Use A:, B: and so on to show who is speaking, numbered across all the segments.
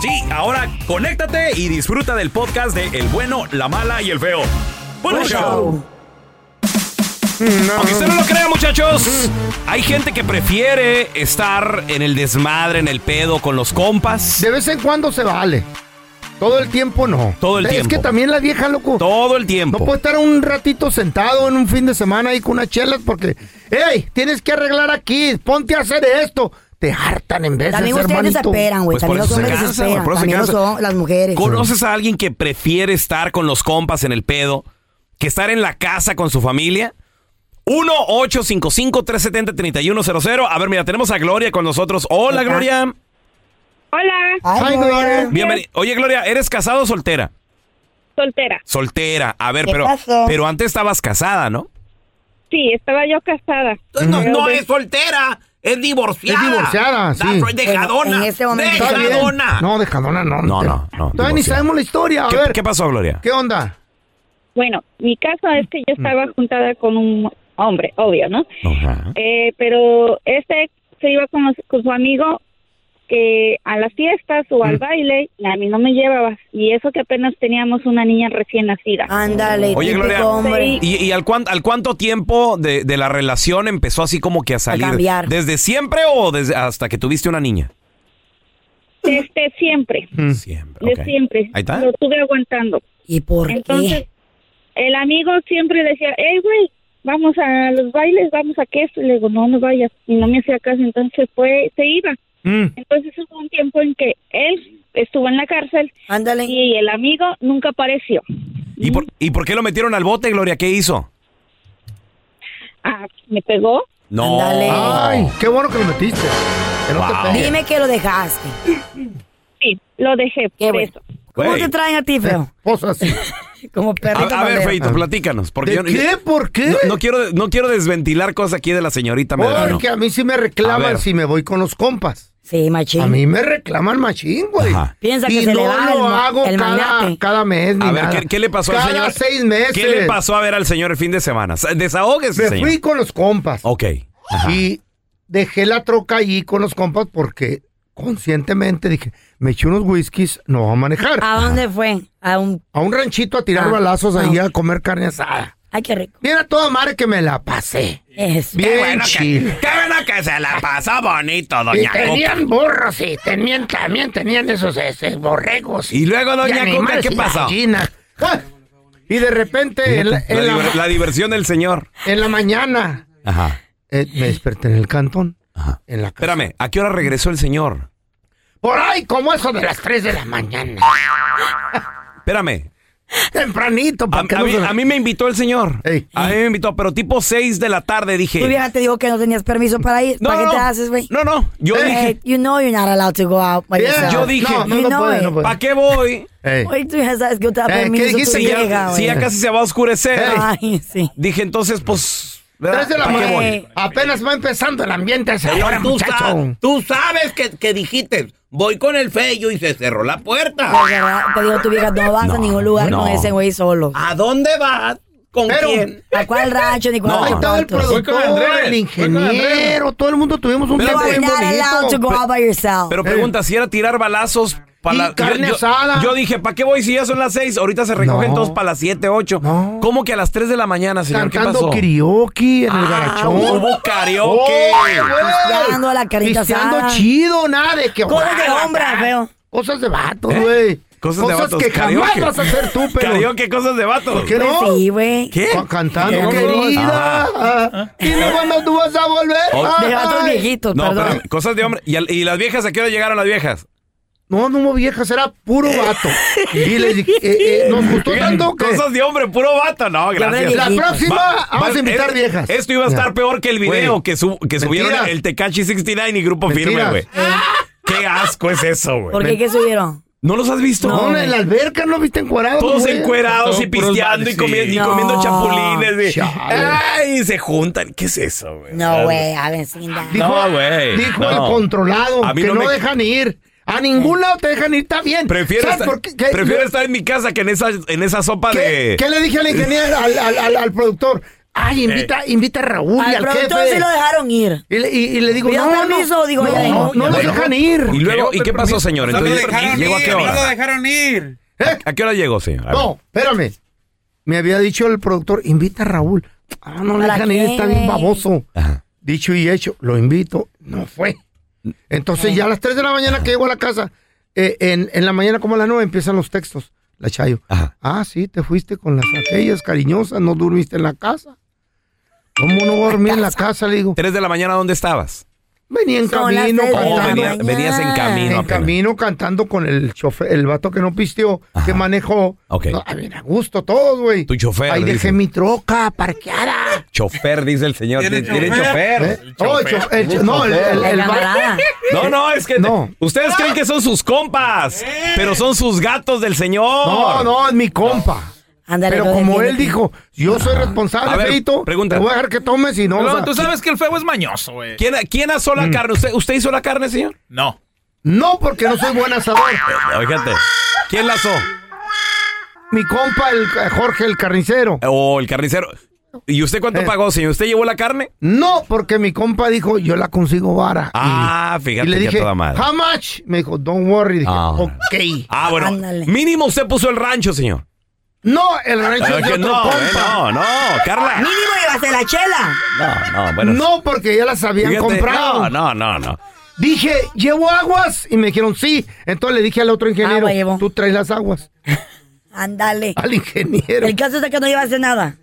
A: Sí, ahora conéctate y disfruta del podcast de El bueno, la mala y el feo. Bueno show. Aunque usted Mm, no lo crea, muchachos, hay gente que prefiere estar en el desmadre, en el pedo, con los compas.
B: De vez en cuando se vale. Todo el tiempo no.
A: Todo el
B: es
A: tiempo.
B: que también la vieja, loco.
A: Todo el tiempo.
B: No puede estar un ratito sentado en un fin de semana ahí con unas chelas porque, hey, tienes que arreglar aquí, ponte a hacer esto. Te hartan en vez
C: También
B: de ser
C: ustedes
B: manito.
C: desesperan, güey.
A: Pues por
C: También los
A: eso se
C: hombres
A: cansan,
C: desesperan.
A: güey, por eso se
C: También los
A: cansan.
C: hom- las mujeres.
A: ¿Conoces a alguien que prefiere estar con los compas en el pedo que estar en la casa con su familia? 1-855-370-3100. A ver, mira, tenemos a Gloria con nosotros. Hola,
C: Hola.
A: Gloria.
D: Hola,
B: Ay,
C: Ay,
B: no,
C: güey.
A: Bienvenida. Oye, Gloria, ¿eres casada o soltera?
D: soltera.
A: Soltera. A ver,
C: ¿Qué
A: pero,
C: pasó?
A: pero antes estabas casada, ¿no?
D: Sí, estaba yo casada. Pero de-
A: soltera, es divorciada.
B: Es divorciada, sí. That's right,
C: dejadona, En este momento
B: Está bien. No, dejadona, no.
A: No,
B: te-
A: no,
B: Todavía
A: no,
B: ni
A: divorciada.
B: sabemos la historia. A
A: ¿Qué,
B: ver,
A: qué pasó, Gloria?
B: ¿qué onda?
D: Bueno, mi caso es que yo estaba juntada con un hombre, obvio, ¿no?
A: Mm. Ajá.
D: Eh, pero este se iba con, los- con su amigo que a las fiestas o
A: Mm.
D: al baile, y a mí no me llevaba. Y eso que apenas teníamos una niña recién nacida.
C: Ándale,
A: Oye,
C: típico
A: Gloria.
C: hombre.
A: ¿Y, y al, cuán- al cuánto tiempo de, de la relación empezó así como que a salir?
C: cambiar.
A: ¿Desde siempre o desde hasta que tuviste una niña?
D: Desde Este, siempre,
B: Mm.
A: Siempre.
D: de
A: ok.
D: siempre.
A: Ahí está.
D: Lo tuve aguantando.
C: ¿Y por
D: Entonces,
C: qué?
D: el amigo siempre decía, hey, güey, vamos a los bailes, vamos a que esto. Y le digo, no, no vayas. Y no me hacía caso. Entonces fue, se iba.
A: Mm.
D: Entonces hubo un tiempo en que él estuvo en la cárcel
C: Ándale.
D: y el amigo nunca apareció.
A: ¿Y por, ¿Y por qué lo metieron al bote, Gloria? ¿Qué hizo?
D: Ah, me pegó.
A: No.
C: Ándale.
B: Ay, qué bueno que lo metiste. Que no te
A: Wow.
B: pegue.
C: Dime que lo dejaste.
D: Sí, lo dejé
C: Qué bueno.
D: preso.
C: ¿Cómo
A: Güey.
C: te traen a ti, feo?
B: Cosas Eh, pues, así.
C: Como
A: A,
C: perrito.
A: a ver,
C: bandero.
A: Feito, platícanos. Porque
B: ¿De
A: yo-
B: qué? ¿Por qué?
A: No, no quiero, no quiero desventilar cosas aquí de la señorita Medrano.
B: Porque a mí sí me
A: A
B: reclaman
A: ver.
B: si me voy con los compas.
C: Sí,
B: A
C: machín.
B: mí me reclaman machín, güey.
A: Ajá.
C: Piensa
B: y
C: que se
B: no
C: le va el
B: lo
C: ma-
B: hago
C: el
B: cada,
C: magnate.
B: cada mes ni
A: A ver,
B: nada.
A: ¿qué, qué le pasó
B: cada
A: al señor?
B: seis meses.
A: ¿Qué le pasó a ver al señor el fin de semana? Sa- Desahógese,
B: Me
A: señor.
B: fui con los compas.
A: Ok. Ajá.
B: Y dejé la troca allí con los compas porque conscientemente dije, me eché unos whiskies, no va a manejar.
C: ¿A dónde fue? A un...
B: A un ranchito a tirar
C: Ah,
B: balazos
C: ah.
B: ahí a comer carne asada.
C: Ay, qué rico.
B: Mira toda madre que me la pasé.
C: Eso.
B: Bien
A: que-
B: chido.
A: qué bueno que se la pasó bonito,
B: Y
A: Cuca.
B: tenían burros, y tenían, también tenían esos este, borregos.
A: Y luego, doña Cuca,
B: animales
A: ¿qué
B: y
A: pasó?
B: gallinas. Ah, Y de repente, en la,
A: La,
B: en la-
A: diver- la diversión del señor.
B: en la mañana,
A: Ajá.
B: eh, me desperté en el cantón. En la casa.
A: Espérame, ¿a qué hora regresó el señor?
B: Por ahí, como eso de las 3 de la mañana.
A: Espérame.
B: Tempranito,
A: A,
B: para que
A: a
B: no
A: mí,
B: se-
A: a mí me invitó el señor.
B: Ey.
A: A mí me invitó, pero tipo 6 de la tarde
C: Tu
A: dije.
C: vieja te dijo que no tenías permiso para ir.
A: No,
C: ¿Para
A: no,
C: qué te
A: no.
C: haces, güey?
A: No, no. Yo
C: Hey,
A: dije,
C: you know you're not allowed to go out by
B: Yeah,
C: yourself.
A: yo dije,
B: No, no,
C: You
B: no,
C: know
B: puede,
C: it.
B: no puede.
A: ¿para qué voy?
B: Ey.
C: Oye, tú ya sabes que no te da
B: Eh, ¿qué
C: permiso tu
B: dijiste?
A: Si
B: Ya-
C: vieja,
A: ya, si
C: güey.
A: ya casi se va a oscurecer.
B: Ey.
C: Ay, sí.
A: Dije, entonces, pues. ¿verdad?
B: Tres de la
A: ¿Para qué
B: mañana.
A: voy?
C: voy?
B: Apenas va empezando el ambiente,
E: Pero
B: señora,
E: tú, sa-
B: Eh, muchacho.
E: tú sabes que, que dijiste, voy con el feyo y se cerró la puerta.
C: Pues, ¿verdad? Te digo tu vieja, no vas a ningún lugar
A: no.
C: con ese güey solo.
E: ¿A dónde vas? ¿Con
B: Pero-
E: quién?
C: ¿A cuál rancho ni
A: No.
C: cuál
B: Ahí estaba el
C: cuántos?
A: Voy con
B: productor,
A: Andrés,
B: el
A: voy con
B: ingeniero, todo el mundo tuvimos un
A: Pero-
B: tiempo
C: You're
B: bien
C: not allowed to go
B: bonito.
C: out by yourself.
A: Pero pregunta, si era tirar balazos para
B: Y
A: la.
B: carne
A: yo,
B: asada.
A: yo dije, ¿para qué voy si ya son las seis? Ahorita se recogen
B: No.
A: todos para las siete, ocho.
B: No.
A: ¿Cómo que a las tres de la mañana, señor? ¿Qué
B: Cantando
A: pasó?
B: karaoke en el
A: Ah,
B: garachón.
A: hubo
B: Oh,
A: karaoke.
B: güey.
C: Pisteando a la carnita
B: Pisteando
C: asada.
B: chido, nada de que...
C: Cosas de hombre, feo.
B: Cosas de vatos, güey.
A: ¿Eh? Cosas, de vatos.
B: que jamás
A: karaoke.
B: vas a hacer tú, pero...
A: Karaoke, cosas de vatos.
B: ¿Por qué
C: Pues
B: no?
C: sí, güey.
A: ¿Qué?
B: Ca- Cantando,
C: Ah.
B: querida. Dime cuándo tú vas a volver.
A: Ah. Oh.
C: De vatos
B: Ay.
C: viejitos,
A: No,
C: perdón.
A: espérame, cosas de hombre. ¿Y, al- y las viejas a qué hora llegaron las viejas?
B: No, no hubo viejas, era puro
A: Eh.
B: vato. Y les dije, eh, eh, nos gustó tanto que...
A: Cosas de hombre, puro vato. No, Oh, gracias.
B: La próxima
A: Va-
B: vamos
A: va-
B: a invitar
A: eh,
B: viejas.
A: Esto iba a estar peor que el video
B: Güey.
A: que, su- que subieron
B: Mentiras.
A: el Tecachi 69 y Grupo Firme,
B: Mentiras.
A: güey. Qué asco es eso, güey.
C: ¿Por qué qué subieron?
A: ¿No los has visto?
B: No, en
C: eh.
B: la alberca no viste encuadrado.
A: Todos
B: güey?
A: encuerados y
F: Todos puros
A: pisteando y,
F: vales,
A: comi-
F: sí.
A: y comiendo
C: No.
A: chapulines. Y, Eh.
B: Chale.
A: ay, se juntan. ¿Qué es eso, güey?
C: No, güey, a ver, sin nada.
B: Dijo,
A: No, güey,
B: Dijo
A: no.
B: el controlado
A: A mí
B: que
A: no
B: no,
A: me-
B: dejan ir. A ningún lado te dejan ir, está bien.
A: Prefiero,
B: ¿Sabes
A: estar,
B: por qué? ¿Qué-
A: prefiero estar en mi casa que en esa, en esa sopa
B: ¿Qué,
A: de...
B: qué le dije al ingeniero, al, al- al- al productor? Ay, invita, invita a Raúl y
C: Eh. Al
B: al
C: productor
B: jefe.
C: sí lo dejaron ir.
B: Y le, y- y le digo,
C: ¿Pidió
B: no, no,
C: permiso? Digo,
B: no,
C: ya
B: no, no
C: vengo.
A: Ya
B: los
A: vengo.
B: dejan ir.
A: Y luego, ¿y qué pasó, señor?
F: No lo
A: Entonces,
F: dejaron
A: ¿llegó a qué
F: ir, no lo
A: hora?
F: dejaron ir.
B: ¿Eh?
A: ¿A qué hora llegó, señor? A ver.
B: No, espérame. Me había dicho el productor, invita a Raúl. Ah, no le
C: ¿Para
B: dejan
C: qué,
B: ir, está bien
C: güey?
B: baboso.
A: Ajá.
B: Dicho y hecho, lo invito, no fue. Entonces ya a las 3 de la mañana que llego a la casa, eh, en, en la mañana como a las 9 empiezan los textos, la Chayo.
A: Ajá.
B: Ah, sí, te fuiste con las aquellas cariñosas, no dormiste en la casa. ¿Cómo no dormí en la casa? Le digo,
A: ¿Tres de la mañana dónde estabas?
B: venía en
C: Son las
B: camino,
C: tres de
A: Oh,
C: la
B: cantando,
A: venía- venías en camino.
B: en
A: apenas.
B: camino cantando con el chofer, el vato que no pisteó,
A: Ajá.
B: que manejó.
A: Ok.
B: No, a ver, a gusto todos, güey.
A: Tu chofer,
B: Ahí dejé
A: dicen.
B: mi troca parqueada.
A: Chofer, dice el señor.
F: ¿Tiene
A: Ti- ¿Tiene
F: chofer?
A: chofer?
B: ¿Eh? Oh, el cho- el cho- no, el, el-
C: La
B: el va-
C: camarada.
A: No, no, es que
B: No.
A: ustedes creen que son sus compas, pero son sus gatos del señor.
B: No, no, es mi compa.
C: Ándale,
B: Pero
C: yo
B: como él
C: defiéndete.
B: dijo, yo soy responsable,
A: A ver,
B: Feito,
A: pregunta.
B: Te voy a dejar que tomes y no.
F: No,
B: o sea,
F: tú sabes que el feo es mañoso, güey.
A: ¿Quién, quién asó la carne? ¿Usted, usted hizo la carne, señor? Eh,
F: No.
B: No, porque no soy buen asador.
A: Fíjate. ¿Quién la asó?
B: Mi compa, el eh, Jorge, el carnicero.
A: O Eh, oh, el carnicero. ¿Y usted cuánto
B: Eh.
A: pagó, señor? ¿Usted llevó la carne?
B: No, porque mi compa dijo, yo la consigo vara. Y-
A: Ah, fíjate
B: y le
A: que
B: dije,
A: toda madre.
B: how much? Me dijo, don't worry. Dije,
A: Ah.
B: ok.
A: Ah, bueno.
C: Ándale.
A: Mínimo usted puso el rancho, señor.
B: No, el rancho
A: Pero
B: es de
A: que
B: otro
A: no, eh,
B: compa.
A: no, no, Carla.
C: Mínimo llevaste la chela.
A: No, no,
B: no.
A: bueno.
B: porque ya las habían
A: Fíjate,
B: comprado.
A: No, no, no, no.
B: Dije, ¿llevo aguas? Y me dijeron, sí. Entonces le dije al otro ingeniero,
C: Agua llevo.
B: tú traes las aguas.
C: Ándale.
B: Al ingeniero.
C: El caso es de que no llevaste nada.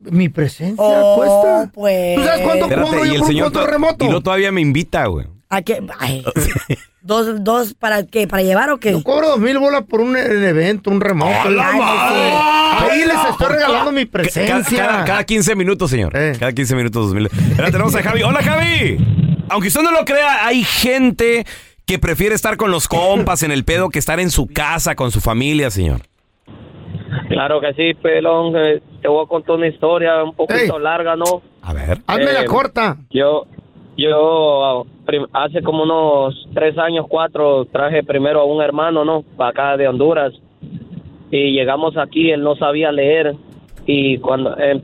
B: Mi presencia
C: Oh,
B: cuesta.
C: pues.
B: ¿Tú sabes cuánto
A: Espérate,
B: cobro
A: y
B: yo
A: el
B: por un
A: señor to-
B: control remoto?
A: Y no todavía me invita, güey.
C: ¿A qué? Ay. ¿Dos, ¿Dos para qué? ¿Para llevar o qué?
B: Yo cobro dos mil bolas por un e- evento, un remoto.
C: Ay, pues,
A: madre!
B: pues Ahí les estoy regalando mi
A: Ca- ca-
B: presencia.
A: Cada, cada 15 minutos, señor.
B: Eh.
A: Cada 15 minutos, 2000. Espera, tenemos a Javi. ¡Hola, Javi! Aunque usted no lo crea, hay gente que prefiere estar con los compas en el pedo que estar en su casa con su familia, señor.
G: Claro que sí, pelón. eh, Te voy a contar una historia un poquito
B: Ey.
G: larga, ¿no?
A: A ver.
B: Hazme la
G: Eh,
B: corta.
G: Yo, yo ah, prim- hace como unos tres años, cuatro, traje primero a un hermano, ¿no? Para acá de Honduras. Y llegamos aquí, él no sabía leer. Y cuando eh,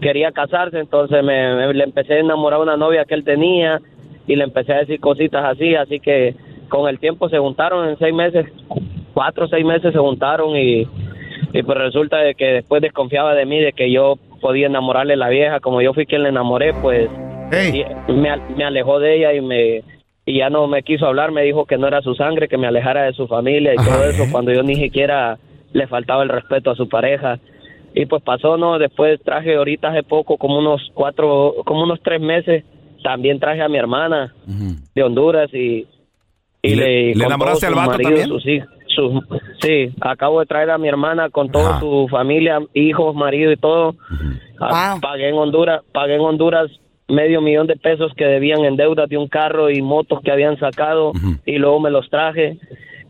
G: quería casarse, entonces me, me- le empecé a enamorar una novia que él tenía y le empecé a decir cositas así. Así que con el tiempo se juntaron en seis meses, cu- cuatro o seis meses se juntaron y, y pues resulta de que después desconfiaba de mí, de que yo podía enamorarle a la vieja, como yo fui quien la enamoré, pues
B: Ey,
G: y me, al- me alejó de ella y me y ya no me quiso hablar, me dijo que no era su sangre, que me alejara de su familia y todo eso, cuando yo ni siquiera le faltaba el respeto a su pareja. Y pues pasó, ¿no? Después traje ahorita hace poco, como unos cuatro, como unos tres meses, también traje a mi hermana de Honduras y, y le,
A: le
G: eh, con
A: enamoraste
G: todos
A: al
G: sus
A: vato
G: maridos,
A: también?
G: sus hij- sus- sí, acabo de traer a mi hermana con toda su familia, hijos, marido y todo. Ah, Pagué en Honduras, pagué en Honduras medio millón de pesos que debían en deudas de un carro y motos que habían sacado y luego me los traje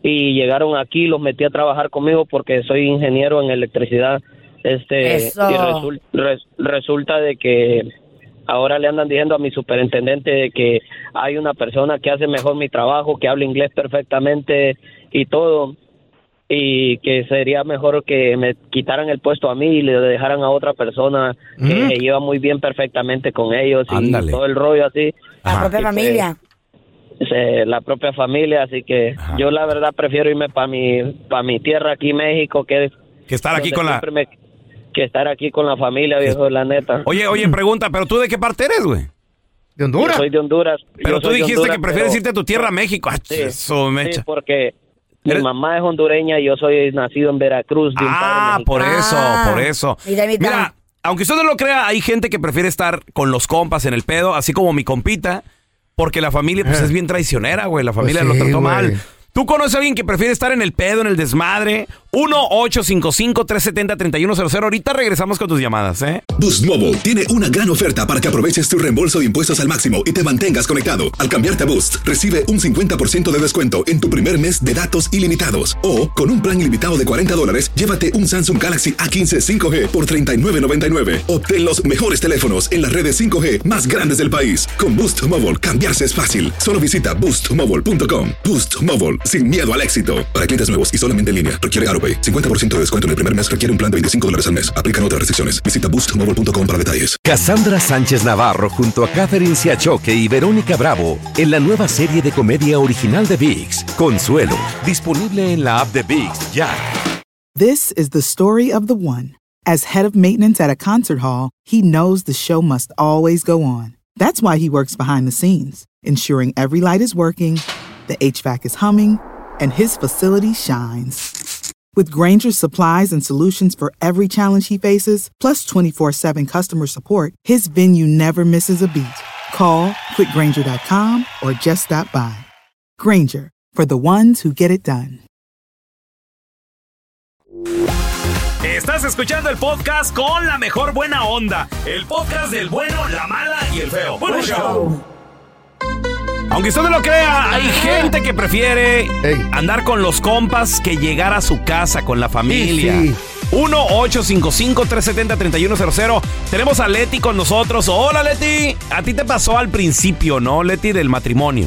G: y llegaron aquí, los metí a trabajar conmigo porque soy ingeniero en electricidad. Este
H: Eso.
G: y resul- res- resulta de que ahora le andan diciendo a mi superintendente de que hay una persona que hace mejor mi trabajo, que habla inglés perfectamente y todo y que sería mejor que me quitaran el puesto a mí y le dejaran a otra persona que
C: Mm.
G: se lleva muy bien perfectamente con ellos y
C: Ándale.
G: todo el rollo así.
C: La propia
G: Y pues,
C: familia.
G: se- la propia familia, así que yo la verdad prefiero irme para mi para mi tierra aquí México que
A: que estar
D: aquí con la-
G: que estar aquí con la familia, viejo, la neta.
A: Oye, oye, pregunta, ¿pero tú de qué parte eres, güey?
B: ¿De
G: Yo soy de Honduras.
A: Pero
G: Yo
A: tú
G: soy de
A: dijiste
G: Honduras,
A: que prefieres
G: pero-
A: irte a tu tierra, a México. Ah,
G: Sí,
A: eso,
G: sí,
A: mecha.
G: porque mi mamá es hondureña y yo soy nacido en Veracruz. ah,
A: por eso, por eso. Mira, aunque usted no lo crea, hay gente que prefiere estar con los compas en el pedo, así como mi compita, porque la familia pues, es bien traicionera, güey. La familia
B: Pues sí,
A: lo trató
B: güey.
A: mal. ¿Tú conoces a alguien que prefiere estar en el pedo, en el desmadre? 1-855-370-3100. Ahorita regresamos con tus llamadas, ¿eh?
I: Boost Mobile tiene una gran oferta para que aproveches tu reembolso de impuestos al máximo y te mantengas conectado. Al cambiarte a Boost, recibe un 50% de descuento en tu primer mes de datos ilimitados. O, con un plan ilimitado de 40 dólares, llévate un Samsung Galaxy A15 5G por 39.99. Obtén los mejores teléfonos en las redes 5G más grandes del país. Con Boost Mobile, cambiarse es fácil. Solo visita boostmobile.com. Boost Mobile, sin miedo al éxito. Para clientes nuevos y solamente en línea, requiere AroPay. 50% de descuento en el primer mes requiere un plan de 25 dólares al mes. Aplican otras restricciones. Visita boostmobile.com para detalles.
J: Cassandra Sánchez Navarro junto a Catherine Siachoque y Verónica Bravo en la nueva serie de comedia original de VIX, Consuelo, disponible en la app de VIX ya.
K: This is the story of the one. As head of maintenance at a concert hall, he knows the show must always go on. That's why he works behind the scenes, ensuring every light is working, the HVAC is humming, and his facility shines. With Granger's supplies and solutions for every challenge he faces, plus 24 7 customer support, his venue never misses a beat. Call quickgranger.com or just stop by. Granger, for the ones who get it done.
D: Estás escuchando el podcast con la mejor buena onda. El podcast del bueno, la mala y el feo. Bueno, show.
A: Aunque usted no lo crea, hay gente que prefiere andar con los compas que llegar a su casa con la familia. 1-855-370-3100. Tenemos a Leti con nosotros. Hola, Leti. A ti te pasó al principio, ¿no, Leti, del matrimonio?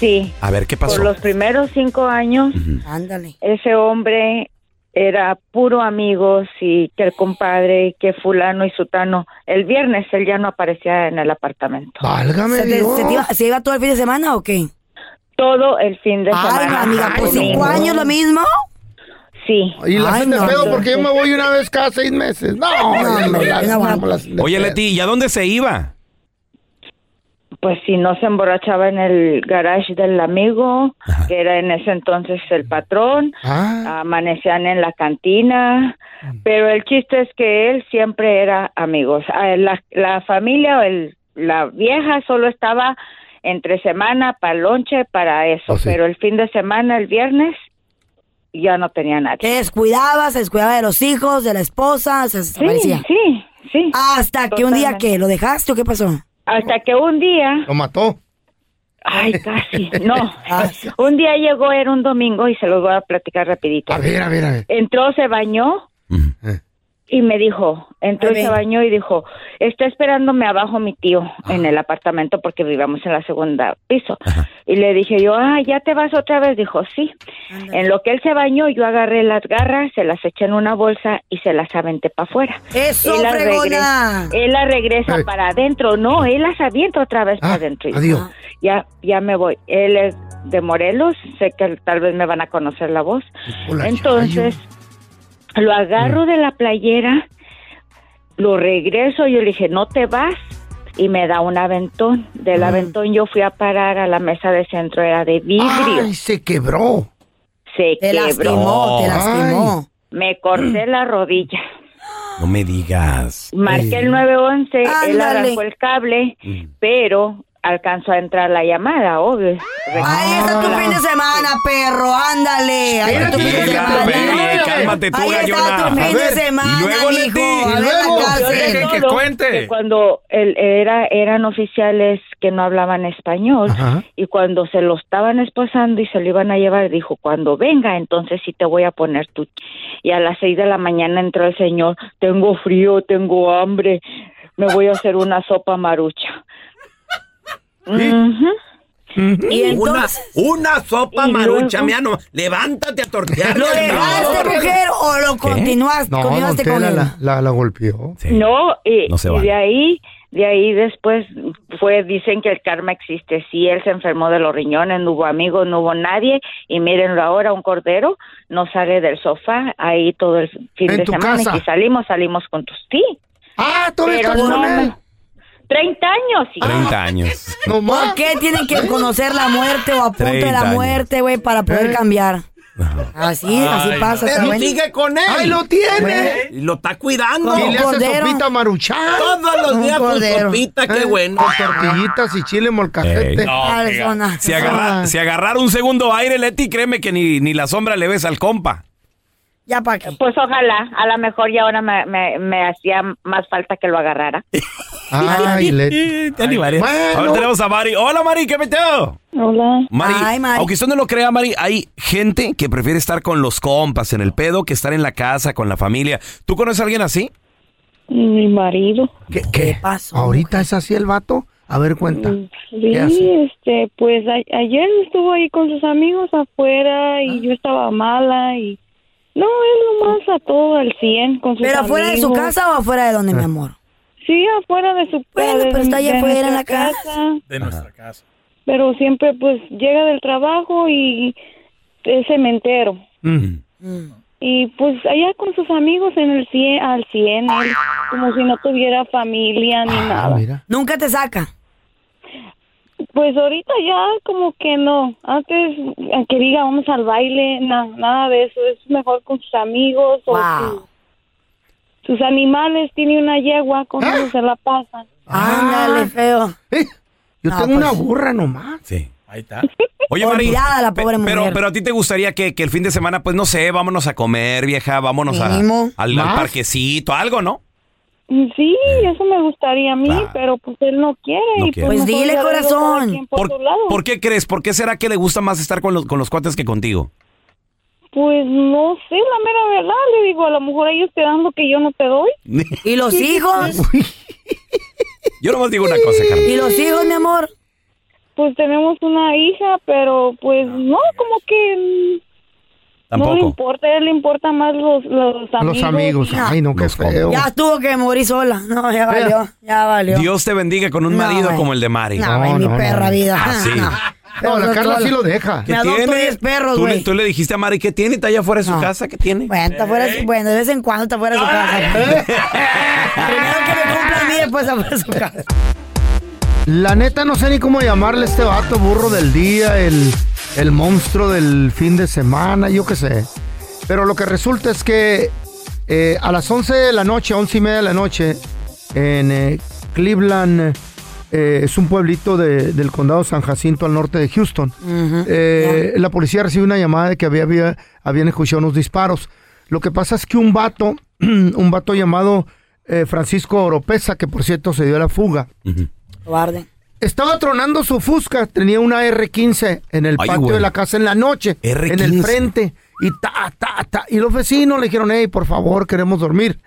L: Sí.
A: A ver, ¿qué
L: Por
A: pasó?
L: los primeros cinco años,
C: Ándale.
L: ese hombre era puro amigos y que el compadre, que fulano y sutano. El viernes él ya no aparecía en el apartamento.
C: ¿Se, te- se te iba, se iba todo el fin de semana o qué? Ah.
L: Todo el fin de
C: Ay,
L: semana.
C: amiga, por
L: Ay,
C: cinco
L: no.
C: años lo mismo.
L: Sí.
B: Y la gente pedo porque yo me voy una vez cada seis meses. No, hombre,
L: hombre,
B: las-
L: yo no aguanto.
B: las-
A: Oye, Leti, ¿y a dónde se iba?
L: Pues si no se emborrachaba en el garage del amigo, que era en ese entonces el patrón,
B: Ah.
M: Ah,
L: amanecían en la cantina, pero el chiste es que él siempre era amigos. Ah, La, la familia, o el, la vieja solo estaba entre semana para lonche, para eso, pero el fin de semana, el viernes, ya no tenía nadie.
C: Te descuidaba, se descuidaba de los hijos, de la esposa, se desaparecía.
L: Sí, sí.
C: Hasta que un día,
L: Totalmente.
C: ¿qué? ¿Lo dejaste o qué pasó?
L: Hasta que un día...
B: Lo mató.
L: Ay, casi, no. Un día llegó, era un domingo y se los voy a platicar rapidito. A
B: ver, a ver, a ver.
L: Entró, se bañó y me dijo, entró y se bañó y dijo, está esperándome abajo mi tío en el apartamento porque vivíamos en la segunda piso. Y le dije yo, ah, ¿ya te vas otra vez? Dijo, sí. En lo que él se bañó, yo agarré las garras, se las eché en una bolsa y se las aventé para afuera.
C: ¡Eso,
L: él las
C: fregona!
L: regresa, él las regresa para adentro. No, él las avienta otra vez para adentro. Y yo,
C: adiós.
L: Ya, ya me voy. Él es de Morelos, sé que tal vez me van a conocer la voz. Entonces, lo agarro de la playera, lo regreso, yo le dije, no te vas, y me da un aventón. Del
B: Mm.
L: aventón yo fui a parar a la mesa de centro, era de vidrio.
B: Ay, se quebró.
L: Se
B: Ah, Te
L: quebró.
B: lastimó, te lastimó.
L: Me corté la rodilla.
A: No me digas.
L: Marqué el 911, él
C: Ándale.
L: arrancó el cable,
B: Mm.
L: pero alcanzó a entrar la llamada, obvio.
C: Ahí está tu fin de semana, perro. Ándale. Ahí está tu fin de semana.
A: Cálmate tú,
C: Ahí está tu
A: gallona.
C: fin
A: A
C: de
A: ver,
C: semana,
A: y luego,
C: hijo.
A: Leti,
C: A
A: y
C: ver la
A: luego.
C: cárcel.
A: Dejen que
L: Solo
A: cuente.
L: que cuando el- era, eran oficiales que no hablaban español y cuando se lo estaban esposando y se lo iban a llevar, dijo, cuando venga, entonces sí te voy a poner tu... Y a las seis de la mañana entró el señor, tengo frío, tengo hambre, me voy a hacer una sopa marucha. Ujú.
N: Y
C: entonces-
N: una, una sopa
C: Y
N: marucha,
C: luego-
N: mira nomás. Levántate a tortear.
C: ¿Lo dejaste, mujer, o lo continuaste?
B: No, don
C: continuaste con
B: Tela
C: él?
B: la, la, la golpeó.
L: No, y,
B: Este, No se
L: y
B: vale.
L: de ahí, de ahí después fue, dicen que el karma existe. Sí, él se enfermó de los riñones, no hubo amigos, no hubo nadie. Y mírenlo ahora, un cordero no sale del sofá ahí todo el fin
B: En
L: de
B: tu
L: semana.
B: casa.
L: Y si salimos, salimos con tus tí.
B: Ah,
C: ¿tú eres casado con él?
L: 30 años, sí.
A: 30 años.
C: ¿Por qué tienen que conocer la muerte o a punto de
A: 30
C: la
A: años.
C: muerte, güey, para poder cambiar? Así, así
N: Ay,
C: pasa.
N: pero
C: está bueno.
N: sigue con él.
C: Ahí lo
N: Güey, Y lo está cuidando.
C: Y le hace Cordero.
B: Sopita maruchán.
N: Todos los días su sopita, qué
B: Eh,
N: bueno. Este,
B: Con tortillitas y chile molcajete.
A: Ey, no,
C: Arizona.
A: Si, agarra, si agarrar un segundo aire, Leti, créeme que ni, ni la sombra le ves al compa.
C: Ya para
L: Pues ojalá, a lo mejor ya ahora me, me- me hacía más falta que lo agarrara.
B: Ay, Leti.
A: Ya ni vale.
B: bueno.
A: Ahora tenemos a Mari. Hola, Mari, ¿qué meteo?
O: Hola.
A: Mari, aunque usted no lo crea, Mari, hay gente que prefiere estar con los compas en el pedo que estar en la casa con la familia. ¿Tú conoces a alguien así?
O: Mi marido.
B: ¿Qué? ¿Qué?
C: pasó?
B: ¿Ahorita es así el vato? A ver, cuenta.
O: Sí,
B: ¿Qué hace?
O: este, pues a- ayer estuvo ahí con sus amigos afuera
C: Ah.
O: y yo estaba mala y no, él nomás a todo al 100 con sus
C: ¿Pero afuera de su
O: amigos. Ah.
C: casa o afuera de donde, mi amor?
O: Sí, afuera de su
C: Bueno,
O: de-
C: pero está allá
O: de
C: afuera en la
O: nuestra
C: casa.
P: De nuestra casa.
O: Pero siempre pues llega del trabajo y es cementero. Y pues allá con sus amigos en el 100, al 100, él, como si no tuviera familia ni nada.
C: Nunca te saca.
O: Pues ahorita ya como que no. Antes, aunque diga vamos al baile, na- nada de eso. Es mejor con sus amigos o
C: Wow.
O: su- sus animales. Tiene una yegua, con eso se la pasa.
C: Ándale, feo.
B: Yo
C: No,
B: tengo una
C: pues.
B: burra nomás.
A: Sí. Ahí está. Oye, Mari.
C: Olvidada la
A: pe-
C: pobre mujer.
A: Pero, pero a ti te gustaría que, que el fin de semana, pues no sé, vámonos a comer, vieja, vámonos a-
C: Mínimo.
A: al, al
C: ¿Más?
A: parquecito, algo, ¿no?
O: Sí, eso me gustaría a mí, pero pues él no quiere.
A: No
O: y
A: quiere.
O: pues,
C: Pues
O: mejor
C: dile,
O: ya verlo cada
C: corazón.
O: quien Por, su lado.
A: ¿Por qué crees? ¿Por qué será que le gusta más estar con los, con los cuates que contigo?
O: Pues no sé, la mera verdad. Le digo, a lo mejor ellos te dan lo que yo no te doy.
C: ¿Y los hijos?
A: Yo nomás digo una cosa, Carmen.
C: ¿Y los hijos, mi amor?
O: Pues tenemos una hija, pero pues no, como que mm, no le
A: Tampoco.
O: importa. A él le importa más los, los amigos.
B: Los amigos.
C: No.
B: Ay, no, qué feo.
C: Ya estuvo que morí sola. No, ya valió. Ya valió.
A: Dios te bendiga con un
C: No,
A: marido
C: güey.
A: como el de Mari.
C: No, güey, mi perra vida.
A: Ah, sí.
B: No, la
C: Pero
B: Carla
C: sola.
B: sí lo deja.
A: ¿Qué
C: Me adopto
A: tiene?
C: 10 perros,
A: ¿Tú, le-
C: güey.
A: tú le dijiste a Mari, ¿qué tiene? ¿Está allá afuera de su casa? ¿Qué tiene? Eh.
C: Bueno, está fuera de su- bueno, de vez en cuando está fuera de su casa. Primero que me cumpla a mí, después está fuera de su casa.
B: La neta no sé ni cómo llamarle a este vato burro del día, el, el monstruo del fin de semana, yo qué sé. Pero lo que resulta es que eh, a las 11 de la noche, 11 y media de la noche, en eh, Cleveland, eh, es un pueblito de- del condado San Jacinto al norte de Houston, eh, la policía recibe una llamada de que había, había- habían escuchado unos disparos. Lo que pasa es que un vato, un vato llamado eh, Francisco Oropesa, que por cierto se dio a la fuga,
C: Cobarde.
B: estaba tronando su Fusca, tenía una R15 en el
A: Ay,
B: patio
A: güey.
B: de la casa en la noche, en el
A: R15.
B: frente, y ta, ta, ta. Y los vecinos le dijeron, hey, por favor, queremos dormir.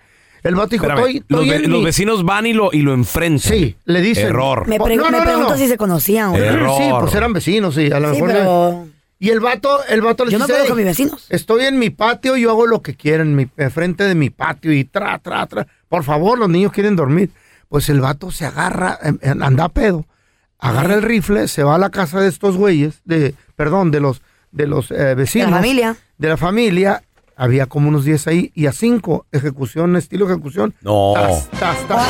B: El vato dijo,
A: Espérame,
B: estoy,
A: los,
B: estoy
A: ve-
B: en
A: los
B: mi-".
A: vecinos van y lo, y lo enfrentan. Sí,
B: le dicen.
A: Error.
C: Me,
B: No,
C: pre-
B: no,
C: me
B: no,
C: pregunto
B: no.
C: si se conocían, güey.
A: Error.
B: Sí, pues eran vecinos, sí, a lo
C: Sí,
B: mejor.
C: pero-
B: Y el vato, el vato les
C: Yo no
B: dice,
C: puedo
B: "Ey,
C: con mis vecinos".
B: Estoy en mi patio, yo hago lo que quieran, mi, eh, frente de mi patio y tra, tra, tra. Por favor, los niños quieren dormir. Pues el vato se agarra, eh, eh, anda a pedo, agarra el rifle, se va a la casa de estos güeyes, de, perdón, de los, de los eh, vecinos.
C: familia.
B: De la familia. Había como unos 10 ahí y a 5 ejecución, estilo ejecución.
A: No.
B: Tas, tas, tas.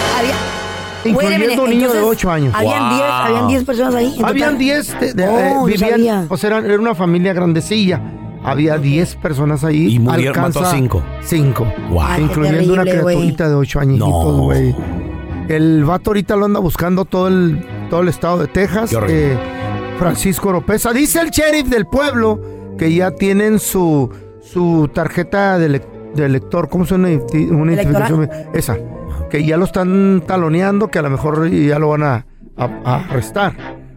C: Güey,
B: Incluyendo un niño de
C: entonces,
B: 8 años.
C: Habían 10 habían 10 personas ahí. en
B: Habían
C: total.
B: 10, de- de-
C: Oh,
B: eh,
C: no
B: vivían,
C: sabía.
B: o sea, eran- era una familia grandecilla. Había 10 personas ahí. Y
A: murieron- mató a cinco.
B: Cinco.
A: Guau. Ay, qué
B: Incluyendo una
A: terrible, güey.
B: criaturita de 8 añitos, güey. El vato ahorita lo anda buscando todo el, todo el estado de Texas.
A: Qué horrible.
B: Eh, Francisco Oropesa. Dice el sheriff del pueblo que ya tienen su, su tarjeta de, elec- de elector. ¿Cómo se llama? Identi- Una
C: ¿Electoral?
B: identificación. Esa. Que ya lo están taloneando, que a lo mejor ya lo van a, a- a arrestar.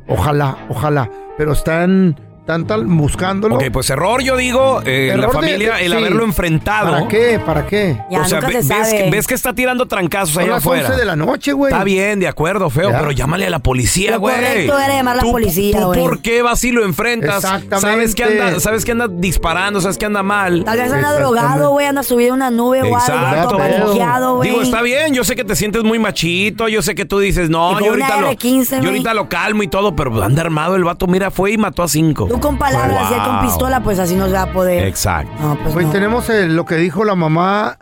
B: Ojalá, ojalá. Pero están, están tal- buscándolo.
A: Ok, pues error, yo digo, eh, la
B: Error de-
A: familia, el
B: sí.
A: haberlo enfrentado.
B: ¿Para qué? ¿Para qué?
A: o sea, ve- ves, Que, ves que está tirando trancazos
B: Son
A: allá
B: las
A: afuera.
B: 11 de la noche, güey.
A: Está bien, de acuerdo, feo,
B: Ya.
A: pero llámale a la policía,
B: Lo
A: güey.
B: correcto era llamar a la
A: Tú-
B: policía,
A: ¿Tú
B: güey.
A: por qué vas y lo enfrentas?
B: Exactamente.
A: Sabes que anda, sabes que anda disparando, sabes que anda mal.
C: Tal vez anda drogado, güey, anda subido a una nube o algo,
A: Exacto.
C: todo paniqueado, güey.
A: Digo, está bien, yo sé que te sientes muy machito, yo sé que tú dices,
C: Y
A: no,
C: con
A: yo
C: una
A: ahorita, lo,
C: R15,
A: yo
C: güey.
A: ahorita lo calmo y todo, pero anda armado el vato, mira, fue y mató a cinco.
C: Tú con palabras y él con
A: Wow. Eh,
C: pistola, pues así nos va a poder.
A: Exacto.
B: Pues tenemos el- lo que dijo la mamá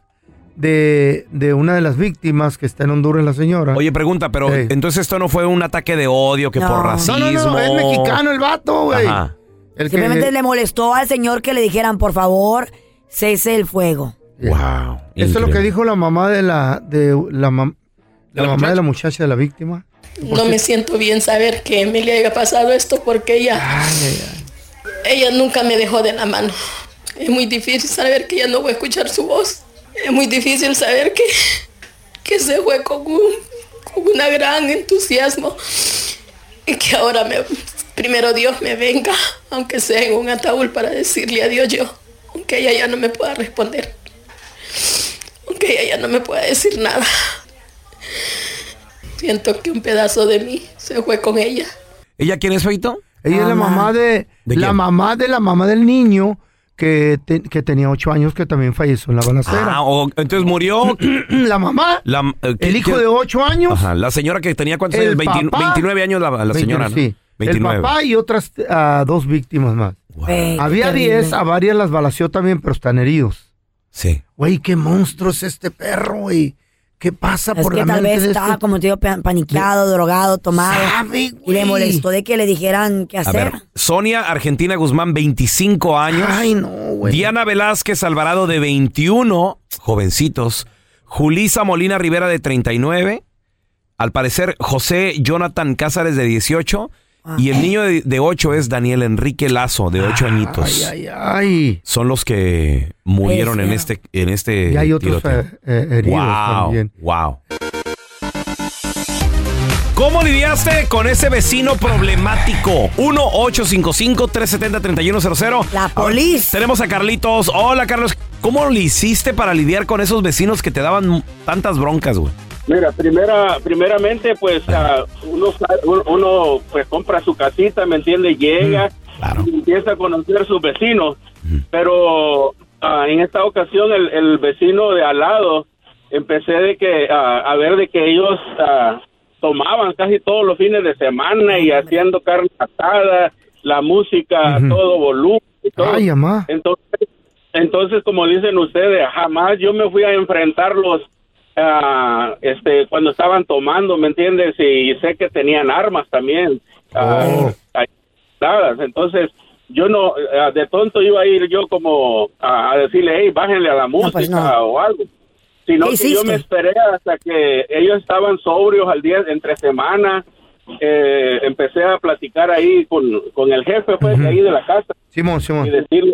B: de, de una de las víctimas que está en Honduras, la señora.
A: Oye, pregunta, pero
B: Ah. Sí.
A: entonces esto no fue un ataque de odio que
B: No.
A: por
B: No,
A: racismo.
B: no, no, es mexicano el vato, güey.
A: Ajá.
B: El
C: Simplemente
B: que-
C: le molestó al señor que le dijeran, por favor, cese el fuego.
A: Wow.
B: Eso es lo que dijo la mamá de la de la, mam- la mamá
H: muchacha?
B: de la muchacha de la víctima.
H: No me siento bien saber que Emilia haya pasado esto porque ella,
B: Ah,
H: ella nunca me dejó de la mano. Es muy difícil saber que ya no voy a escuchar su voz. Es muy difícil saber que, que se fue con un con una gran entusiasmo y que ahora me, primero Dios me venga, aunque sea en un ataúd para decirle adiós yo, aunque ella ya no me pueda responder, aunque ella ya no me pueda decir nada. Siento que un pedazo de mí se fue con ella.
A: ¿Ella quién es, Feito?
B: Ella es la mamá de, la mamá de la mamá del niño que, te- que tenía ocho años que también falleció en la balacera.
A: Ah, o- entonces murió.
B: la mamá.
A: La- eh, ¿qué-
B: el hijo
A: qué-
B: de ocho años.
A: Ajá, la señora que tenía cuántos años,
B: El
A: 20
B: papá.
A: 29 años la, la señora, ¿no?
B: Sí. El papá y otras ah, dos víctimas más.
C: Ey,
B: Había
C: terrible.
B: 10, a varias las balació también, pero están heridos.
A: Sí.
B: Güey, qué monstruo es este perro, güey. ¿Qué pasa
C: Es
B: por
C: que
B: la
C: tal
B: mente
C: vez
B: de
C: estaba,
B: este-
C: como te digo, pa- paniqueado, drogado, tomado. y le molestó de que le dijeran qué
A: A
C: hacer.
A: ver, Sonia Argentina Guzmán, 25 años.
B: Ay, no, güey.
A: Diana Velázquez Alvarado, de 21, jovencitos. Julisa Molina Rivera, de 39. Al parecer, José Jonathan Cázares, de 18. Y el niño de, 8 es Daniel Enrique Lazo, de 8 añitos.
B: Ah. Ay, ay, ay.
A: Son los que murieron
B: Ese.
A: en este, en este
B: Y hay otros
A: tiroteo.
B: eh, eh, heridos
A: Wow,
B: también.
A: wow. ¿Cómo lidiaste con ese vecino problemático? 1-855-370-3100. La
C: policía.
A: Tenemos a Carlitos. Hola, Carlos. ¿Cómo le hiciste para lidiar con esos vecinos que te daban tantas broncas, güey?
Q: Mira, primera, primeramente, pues ah, uno, sa- uno- uno, pues compra su casita, ¿me entiendes? Llega y empieza a conocer sus vecinos. Pero ah, en esta ocasión el, el vecino de al lado empecé de que ah, a ver de que ellos ah, tomaban casi todos los fines de semana y haciendo carne atada, la música a
B: Ujú.
Q: todo volumen. y todo.
B: Ay, amá.
Q: Entonces, entonces, como dicen ustedes, jamás yo me fui a enfrentarlos ah, este, cuando estaban tomando, ¿me entiendes? Y, sé que tenían armas también. ah, apuntadas. Entonces, yo no, ah, de tonto iba a ir yo como a, a decirle, hey, bájenle a la música o algo. Sino
R: ¿Qué
Q: que yo
R: hiciste?
Q: me esperé hasta que ellos estaban sobrios al día, entre semana. eh, empecé a platicar ahí con, con el jefe, pues, de ahí de la casa
B: Simón, Simón.
Q: y decirle,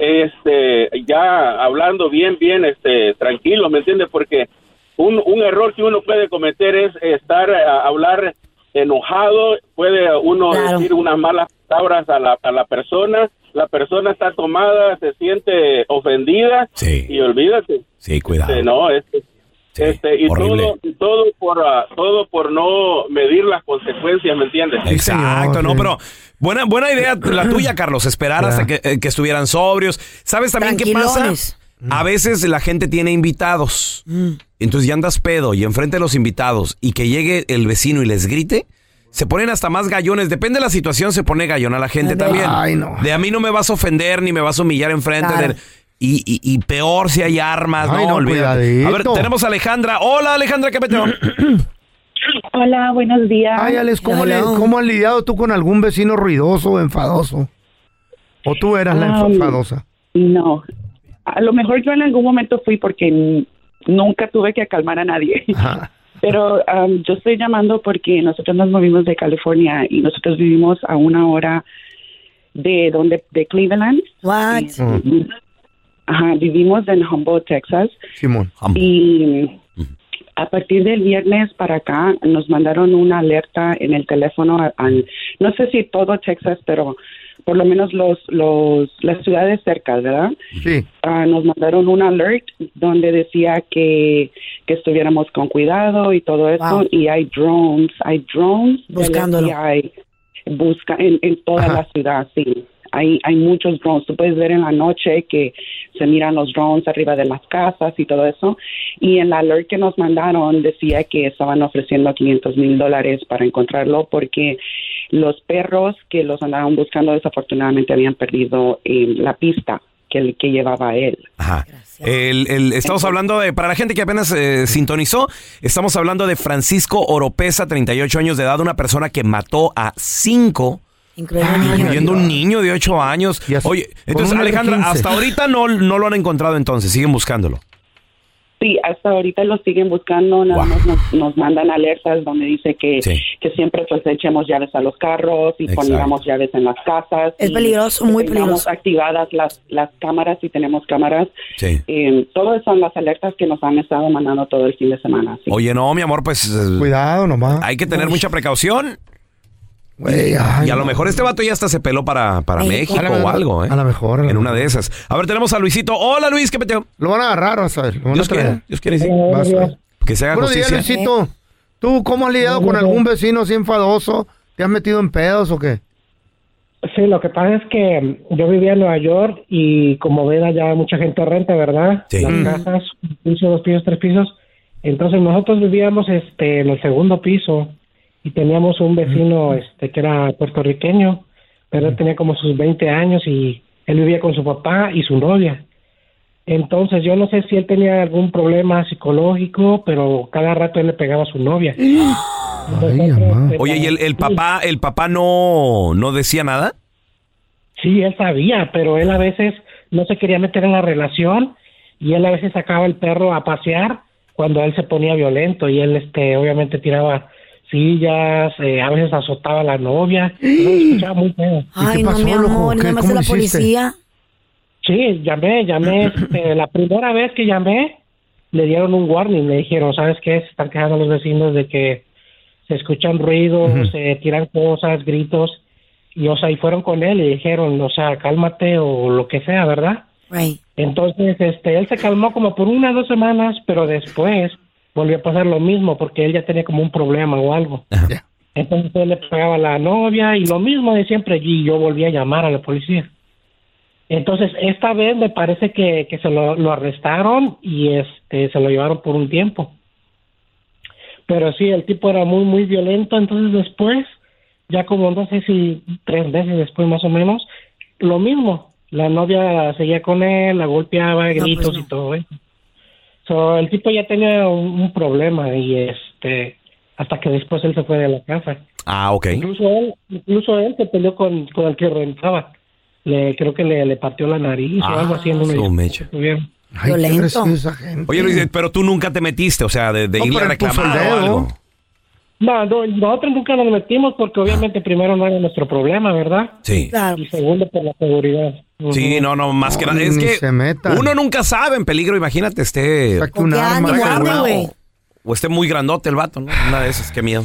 Q: "Ey, este, ya hablando bien, bien, este, tranquilo, ¿me entiendes? Porque un, un error que uno puede cometer es estar eh, a hablar enojado, puede uno decir unas malas palabras a la, a la persona, la persona está tomada, se siente ofendida y olvídate.
A: Sí, cuidado.
Q: Este, no, este, este, y
A: horrible.
Q: todo, y todo por ah, todo por no medir las consecuencias, ¿me entiendes?
A: Exacto, no, pero buena, buena idea la tuya, Carlos, esperar hasta que, eh, que estuvieran sobrios. ¿Sabes también qué pasa?
C: Tranquilones.
B: Mm.
A: A veces la gente tiene invitados. Entonces ya andas pedo y enfrente de los invitados y que llegue el vecino y les grite, se ponen hasta más gallones. Depende de la situación, se pone gallón a la gente también.
B: Ay, no.
A: De a mí no me vas a ofender ni me vas a humillar enfrente.
B: Claro.
A: del- y, y- y peor si hay armas,
B: Ay,
A: no,
B: no,
A: olvídate. A ver,
B: cuidadito.
A: tenemos a Alejandra. Hola, Alejandra, ¿qué peteo?
S: Hola, buenos días.
B: Ay, Alex, ¿cómo, le- cómo has lidiado tú con algún vecino ruidoso o enfadoso? ¿O tú eras la
S: Ah,
B: enfadosa?
S: No. A lo mejor yo en algún momento fui porque n- nunca tuve que acalmar a nadie. Pero am, yo estoy llamando porque nosotros nos movimos de California y nosotros vivimos a una hora de donde de Cleveland.
C: What?
S: Ajá, vivimos en Humboldt, Texas.
B: Simón.
S: Y a partir del viernes para acá nos mandaron una alerta en el teléfono a- al, no sé si todo Texas, pero por lo menos los, los las ciudades cercas, ¿verdad?
B: Sí.
S: Ah, nos mandaron un alert donde decía que, que estuviéramos con cuidado y todo eso
C: Wow.
S: y hay drones, hay drones del
C: Buscándolo.
S: FBI, busca en, en toda la ciudad, sí. Hay, hay muchos drones. Tú puedes ver en la noche que se miran los drones arriba de las casas y todo eso. Y en la alert que nos mandaron decía que estaban ofreciendo 500 mil dólares para encontrarlo porque los perros que los andaban buscando desafortunadamente habían perdido eh, la pista que, que llevaba él.
A: Ajá. El- el- estamos hablando de, para la gente que apenas eh, sintonizó, estamos hablando de Francisco Oropesa, 38 años de edad, una persona que mató a cinco,
C: Incluido
A: incluyendo un niño de 8 años. Oye, entonces
B: una de
A: Alejandra,
B: 15.
A: hasta ahorita no, no lo han encontrado entonces, siguen buscándolo.
S: Sí, hasta ahorita lo siguen buscando, nada más nos, nos mandan alertas donde dice que, que siempre pues echemos llaves a los carros y
C: Exacto.
S: pongamos llaves en las casas.
C: Es
S: y
C: peligroso, muy
S: que tengamos
C: peligroso.
S: activadas las, las cámaras si tenemos cámaras.
A: Sí.
S: Eh, todas son las alertas que nos han estado mandando todo el fin de semana.
A: Oye, no, mi amor, pues...
B: Cuidado nomás.
A: Hay que tener mucha precaución. y a lo mejor este vato ya hasta se peló para, para
B: México.
A: México
B: A la-
A: o algo, ¿eh?
B: a lo mejor, a lo
A: En una de esas. A ver, tenemos a Luisito. Hola, Luis, ¿qué peteo?
B: Lo van a agarrar, vas a ver. lo van a
A: Dios
B: traer.
A: quiera, Dios quiere decir.
B: Vas a ver.
A: Que se haga
B: Buenos días,
A: justicia.
B: Luisito. ¿Tú cómo has lidiado con algún vecino así enfadoso? ¿Te has metido en pedos o qué?
R: Sí, lo que pasa es que yo vivía en Nueva York y como ven allá mucha gente renta, ¿verdad?
A: Sí.
R: Las
A: Mm.
R: casas, un piso, dos pisos, tres pisos. Entonces nosotros vivíamos este en el segundo piso y teníamos un vecino este que era puertorriqueño, pero él tenía como sus 20 años y él vivía con su papá y su novia. Entonces yo no sé si él tenía algún problema psicológico, pero cada rato él le pegaba a su novia. Ah.
A: Oye, ¿y el, el papá, el papá no, no decía nada?
R: Sí, él sabía, pero él a veces no se quería meter en la relación y él a veces sacaba el perro a pasear cuando él se ponía violento y él, este, obviamente tiraba sillas, eh, a veces azotaba a la novia. No, escuchaba muy feo.
C: Ay, no, mi amor, no me hace la policía.
R: Sí, llamé, llamé. este, la primera vez que llamé, le dieron un warning. Le dijeron, ¿sabes qué? Se están quejando los vecinos de que se escuchan ruidos, se tiran cosas, gritos. Y, o sea, y fueron con él y dijeron, o sea, cálmate o lo que sea, ¿verdad? Entonces, este, él se calmó como por unas dos semanas, pero después volvió a pasar lo mismo porque él ya tenía como un problema o algo. Entonces él le pegaba a la novia y lo mismo de siempre. Y yo volví a llamar a la policía. Entonces, esta vez me parece que, que se lo, lo arrestaron y este se lo llevaron por un tiempo. Pero sí, el tipo era muy, muy violento. Entonces, después, ya como no sé si tres veces después más o menos, lo mismo. La novia seguía con él, la golpeaba,
F: pues
R: gritos y todo. ¿eh? So, el tipo ya tenía un, un problema y este hasta que después él se fue de la casa.
A: Ah, ok.
R: Incluso él, incluso él se peleó con, con el que rentaba. Le, creo que le, le partió la nariz o
A: Ah,
R: algo así en una
A: su mecha.
R: estuvieron.
B: Ay, qué preciosa gente.
A: Oye, Luis, pero tú nunca te metiste, o sea, de, de
B: No,
A: irle a
B: pero él puso
A: reclamar
B: el
A: o
B: dedo.
A: algo.
R: No, no, nosotros nunca nos metimos porque obviamente primero no era nuestro problema, ¿verdad?
A: Ah. Sí.
R: Y segundo por la seguridad.
A: Sí, no, no, más que
R: No,
A: nada. Es
R: ni
A: que
R: se metan.
A: uno nunca sabe en peligro, imagínate, esté.
I: un Porque arma, ande,
A: Saque
I: guarde,
A: una-
I: güey.
A: o- O esté muy grandote el vato, ¿no? Una de esas, qué miedo.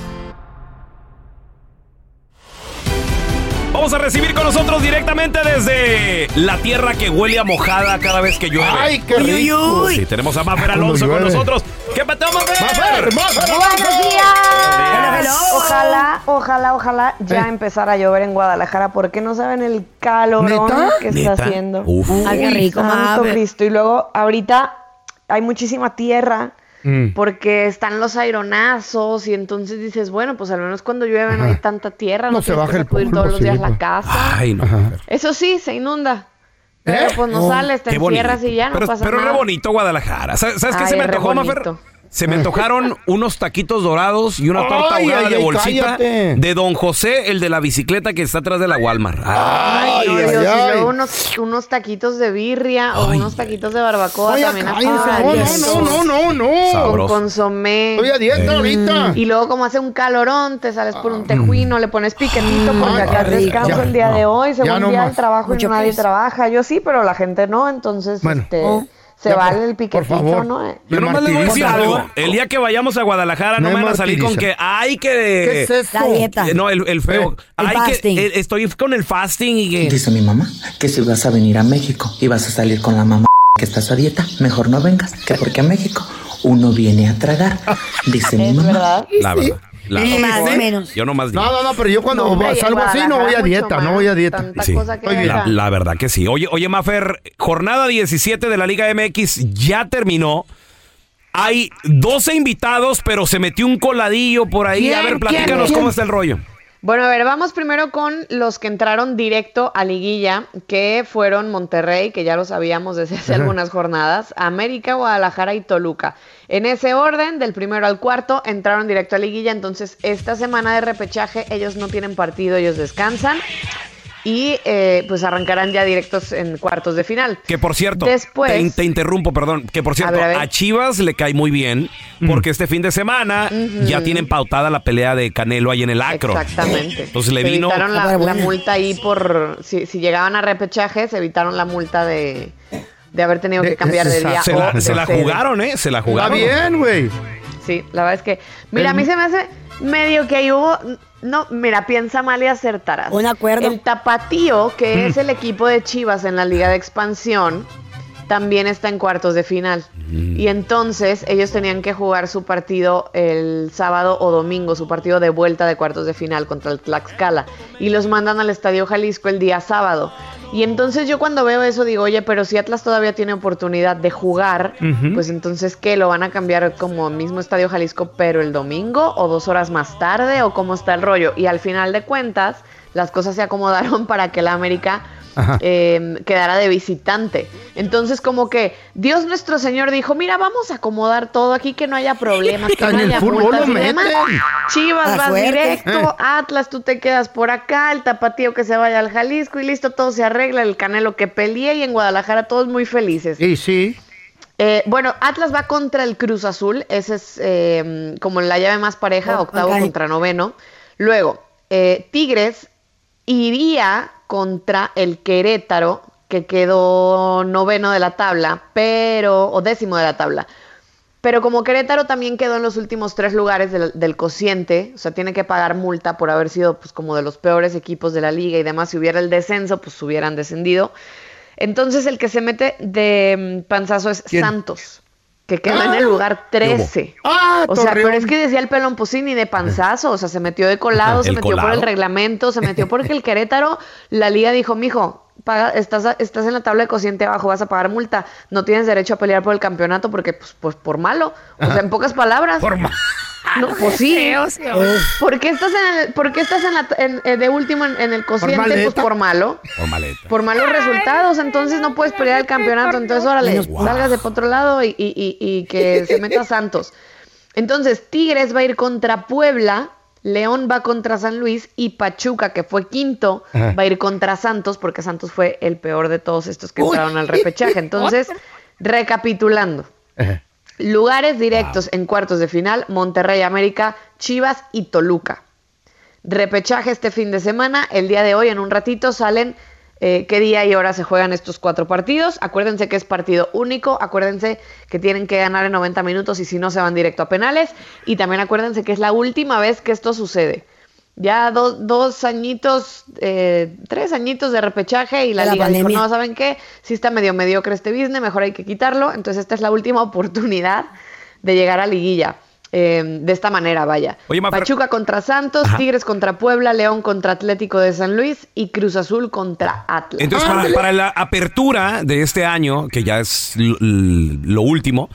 A: Vamos a recibir con nosotros directamente desde la tierra que huele a mojada cada vez que llueve.
B: ¡Ay, qué Uy, uy, rico! uy.
A: Sí, tenemos a Mafer
B: Cuando
A: Alonso con
B: llueve.
A: nosotros. ¿Qué pateo, Mafer?
B: Mafer, Mafer,
T: Buenos días.
C: hello.
T: Ojalá, ojalá, ojalá ya
B: Eh.
T: empezara a llover en Guadalajara porque no saben el calorón
C: ¿Neta?
T: que
C: ¿Neta?
T: está haciendo.
C: Uf. Ay, qué rico,
T: Santo
C: Mabe.
T: Cristo. Y luego ahorita hay muchísima tierra em-
C: Mm.
T: porque están los aironazos y entonces dices, bueno, pues al menos cuando llueve no hay tanta tierra, no,
B: No se
T: tienes
B: baja
T: que
B: el
T: sacudir
B: polvo,
T: todos los días
B: sí,
T: la
B: pues.
T: casa.
A: Ay, no.
T: Eso sí, se inunda. Pero
B: ¿Eh?
T: pues no
A: Oh,
T: sales, te
A: qué bonito.
T: encierras y ya no
A: pero,
T: pasa
A: pero
T: nada.
A: re bonito Guadalajara. ¿Sabes, sabes qué
T: Ay,
A: se me
T: es re
A: antojó, Mafer?
T: bonito.
A: Se me antojaron unos taquitos dorados y una torta
B: Ay,
A: ahogada
B: ay,
A: de
B: ay,
A: bolsita
B: cállate.
A: de Don José, el de la bicicleta que está atrás de la Walmart. Ah.
T: Ay, no, Dios, y
A: ay,
T: luego
A: ay.
T: unos, unos taquitos de birria o unos taquitos de barbacoa
B: Oye,
T: también.
B: cállense,
T: hacen
B: no, no,
T: eso.
B: no, no, no, no.
T: Con
B: Sabroso.
T: consomé.
B: Estoy a dieta
T: Mm,
B: ahorita. Ah.
T: Y luego como hace un calorón, te sales por un tejuino, le pones piquetito porque
B: Ay,
T: acá
B: qué rico.
T: descanso
B: Ya,
T: el día
B: no.
T: de hoy,
B: Ya
T: según
B: no
T: día
B: más.
T: el trabajo y
B: Mucho
T: nadie
B: queso.
T: trabaja. Yo sí, pero la gente no, entonces
A: Bueno.
T: este,
A: Oh,
T: se
A: ya,
T: vale
A: por-
T: el piquetito,
A: favor.
T: ¿no? Eh,
A: Yo nomás les voy a decir
B: martiriza.
A: algo. El día que vayamos a Guadalajara no
B: Me
A: me van a salir con que
B: martiriza.
A: hay que.
B: ¿Qué es eso? La dieta.
A: Eh, No, el, el feo.
B: El
A: Ay, que-
B: fasting.
A: eh, estoy con el fasting y que.
K: Dice mi mamá que si vas a venir a México y vas a salir con la mamá que estás a dieta, mejor no vengas, que porque a México uno viene a tragar. Dice mi mamá.
A: La verdad. La
B: Y
A: verdad.
B: más o menos.
A: Yo nomás digo.
B: No, no, no, pero yo cuando
A: No, hombre,
B: salgo así no voy a
A: Guadalajara
B: dieta,
A: mucho
B: no voy a dieta.
A: Sí. La, la verdad que sí. Oye, oye, Mafer, jornada 17 de la Liga MX ya terminó. Hay 12 invitados, pero se metió un coladillo por ahí.
T: ¿Quién?
A: A ver,
T: ¿Quién?
A: platícanos
T: ¿Quién?
A: cómo está el rollo.
T: Bueno, a ver, vamos primero con los que entraron directo a liguilla, que fueron Monterrey, que ya lo sabíamos desde hace
U: Ajá.
T: algunas jornadas, América, Guadalajara y Toluca. En ese orden, del primero al cuarto, entraron directo a liguilla, entonces esta semana de repechaje ellos no tienen partido, ellos descansan y eh, pues arrancarán ya directos en cuartos de final.
A: Que por cierto,
T: Después-
A: te, in- te interrumpo, perdón. Que por cierto, a,
T: ver, a ver.
A: Chivas le cae muy bien porque este fin de semana ya tienen pautada la pelea de Canelo ahí en el Acro.
T: Exactamente.
A: Entonces le
T: se
A: vino. Ah,
T: evitaron la, la multa ahí por. Si, si llegaban a repechaje, se evitaron la multa de, de haber
A: Eh,
T: tenido
B: eh,
T: que cambiar de día.
A: se
T: o
A: la,
T: de
A: se la
T: sede.
A: jugaron, ¿eh? Se la
B: Oh, Está
A: jugaron.
B: bien, güey.
T: Sí, la verdad es que. Mira, a mí
B: El-
T: se me hace medio que ahí hubo. No, mira, piensa mal y acertarás.
C: Un acuerdo.
T: El Tapatío, que es el equipo de Chivas en la Liga de Expansión, también está en cuartos de final. Y entonces ellos tenían que jugar su partido el sábado o domingo, su partido de vuelta de cuartos de final contra el Tlaxcala. Y los mandan al Estadio Jalisco el día sábado. Y entonces yo cuando veo eso digo, oye, pero si Atlas todavía tiene oportunidad de jugar,
V: Ujú.
T: pues entonces ¿qué? ¿Lo van a cambiar como mismo Estadio Jalisco pero el domingo o dos horas más tarde o cómo está el rollo? Y al final de cuentas, las cosas se acomodaron para que la América
O: Ajá.
T: eh, quedara de visitante. Entonces, como que Dios nuestro Señor dijo, mira, vamos a acomodar todo aquí, que no haya problemas, que
B: En
T: no
B: el
T: haya
B: fútbol
T: multas
B: lo
T: y demás.
B: meten.
T: Chivas
B: La
T: vas
B: suerte.
T: directo,
B: Eh.
T: Atlas tú te quedas por acá, el tapatío que se vaya al Jalisco y listo, todo se arregla, el Canelo que pelee y en Guadalajara todos muy felices.
B: Y sí.
T: Eh, bueno, Atlas va contra el Cruz Azul, ese es eh, como la llave más pareja,
C: Oh,
T: octavo
C: ok.
T: contra noveno. Luego, eh, Tigres iría contra el Querétaro, que quedó noveno de la tabla, pero, o décimo de la tabla. Pero como Querétaro también quedó en los últimos tres lugares del, del cociente, o sea, tiene que pagar multa por haber sido pues, como de los peores equipos de la liga y demás, si hubiera el descenso, pues hubieran descendido. Entonces el que se mete de mm, panzazo es Santos, que quedó en el lugar 13.
B: Ah,
T: o sea,
B: Torreón.
T: pero es que decía el pelón, pues sí, ni de panzazo, o sea, se metió de colado,
B: Ajá.
T: se
B: ¿El
T: metió por el
B: colado?
T: reglamento, se metió porque el Querétaro, la liga dijo, mijo, paga, estás, a- estás en la tabla de cociente abajo, vas a pagar multa, no tienes derecho a pelear por el campeonato porque, pues, pues por malo, o sea, en pocas palabras. Por No, pues sí. ¿Por qué estás, en el, por qué estás en la- en- eh, de último en, en el cociente? Pues
A: maleta.
T: por malo
A: Por maleta.
T: por malos resultados, entonces no puedes pelear el campeonato, entonces órale,
A: Wow.
T: salgas de por otro lado y, y- y- y que se meta Santos. Entonces, Tigres va a ir contra Puebla, León va contra San Luis y Pachuca, que fue quinto,
M: Ajá.
T: va a ir contra Santos porque Santos fue el peor de todos estos que entraron al repechaje. Entonces, recapitulando. Lugares directos en cuartos de final, Monterrey América, Chivas y Toluca. Repechaje este fin de semana, el día de hoy en un ratito salen eh, qué día y hora se juegan estos cuatro partidos. Acuérdense que es partido único, acuérdense que tienen que ganar en 90 minutos y si no se van directo a penales. Y también acuérdense que es la última vez que esto sucede. Ya do- dos añitos, eh, tres añitos de repechaje y la,
C: La
T: liga dijo,
C: pandemia.
T: no, ¿saben qué? Si está medio mediocre este business, mejor hay que quitarlo. Entonces esta es la última oportunidad de llegar a liguilla. eh, de esta manera, vaya.
D: Oye, Mafer-
T: Pachuca contra Santos,
D: Ajá.
T: Tigres contra Puebla, León contra Atlético de San Luis y Cruz Azul contra Atlas.
A: Entonces, para, para la apertura de este año, que ya es l- l- lo último,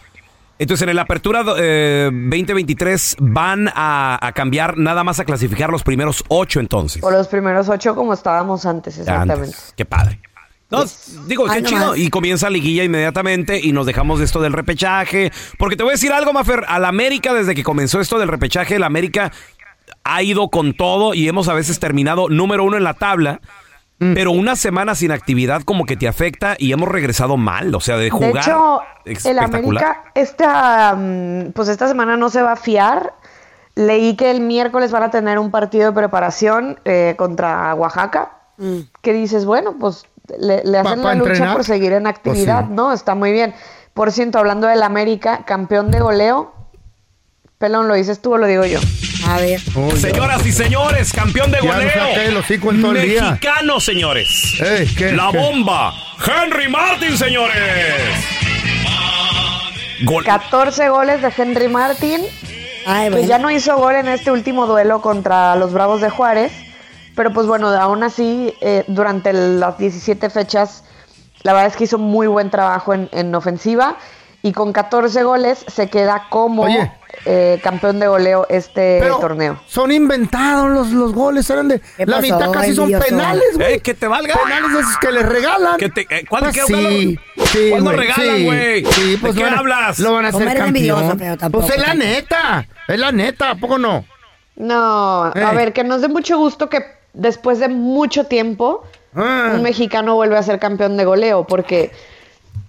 A: entonces en la apertura eh, 2023 van a, a cambiar nada más a clasificar los primeros ocho entonces.
T: Por los primeros ocho como estábamos antes, exactamente. Pues,
A: Antes. Qué padre. No, digo, qué
T: Ay, no
A: chido.
T: más.
A: Y comienza liguilla inmediatamente y nos dejamos de esto del repechaje. Porque te voy a decir algo, Mafer. Al América, desde que comenzó esto del repechaje, el América ha ido con todo y hemos a veces terminado número uno en la tabla.
T: Mm.
A: Pero una semana sin actividad como que te afecta y hemos regresado mal. O sea, de jugar.
T: de hecho, el
A: espectacular.
T: América esta mm, pues esta semana no se va a fiar. Leí que el miércoles van a tener un partido de preparación eh, contra Oaxaca. Que dices, bueno, pues le, le
B: Pa-
T: hacen
B: pa
T: la lucha
B: entrenar.
T: por seguir en
B: Pues
T: actividad,
B: sí.
T: ¿no? Está muy bien. Por cierto, hablando del América, campeón de goleo. Pelón, ¿lo dices tú o lo digo yo? A ver.
A: Señoras y señores, campeón de
T: Ya
A: goleo.
T: nos saca el hocico en todo el día.
A: Mexicano, señores. La
D: qué?
A: bomba. Henry Martin, señores. Gol.
T: 14 goles de Henry Martin, que ya no hizo gol en este último duelo contra los Bravos de Juárez, pero pues bueno, aún así, eh, durante las 17 fechas, la verdad es que hizo muy buen trabajo en, en ofensiva y con 14 goles se queda como eh, campeón de goleo este torneo.
B: Son inventados los, los goles, eran de... La
T: pasó,
B: mitad casi son
T: envidioso?
B: penales, güey.
A: Eh, que te valga.
B: Penales de esos que les regalan.
A: Que te- eh, ¿cuándo-
B: Pues
A: qué-
B: sí,
A: cuándo-
B: sí,
A: cuándo
B: güey,
A: regalan,
B: sí,
A: güey?
B: Sí,
A: ¿De
B: pues
A: qué
B: lo van a-
A: hablas?
B: Lo van a
A: No
B: hacer
A: eres
B: campeón.
A: envidioso,
T: pero tampoco,
B: Pues es la
T: tampoco.
B: neta, es la neta, ¿a poco no?
T: No, a
B: Eh.
T: ver, que nos dé mucho gusto que después de mucho tiempo
B: Ah.
T: un mexicano vuelve a ser campeón de goleo, porque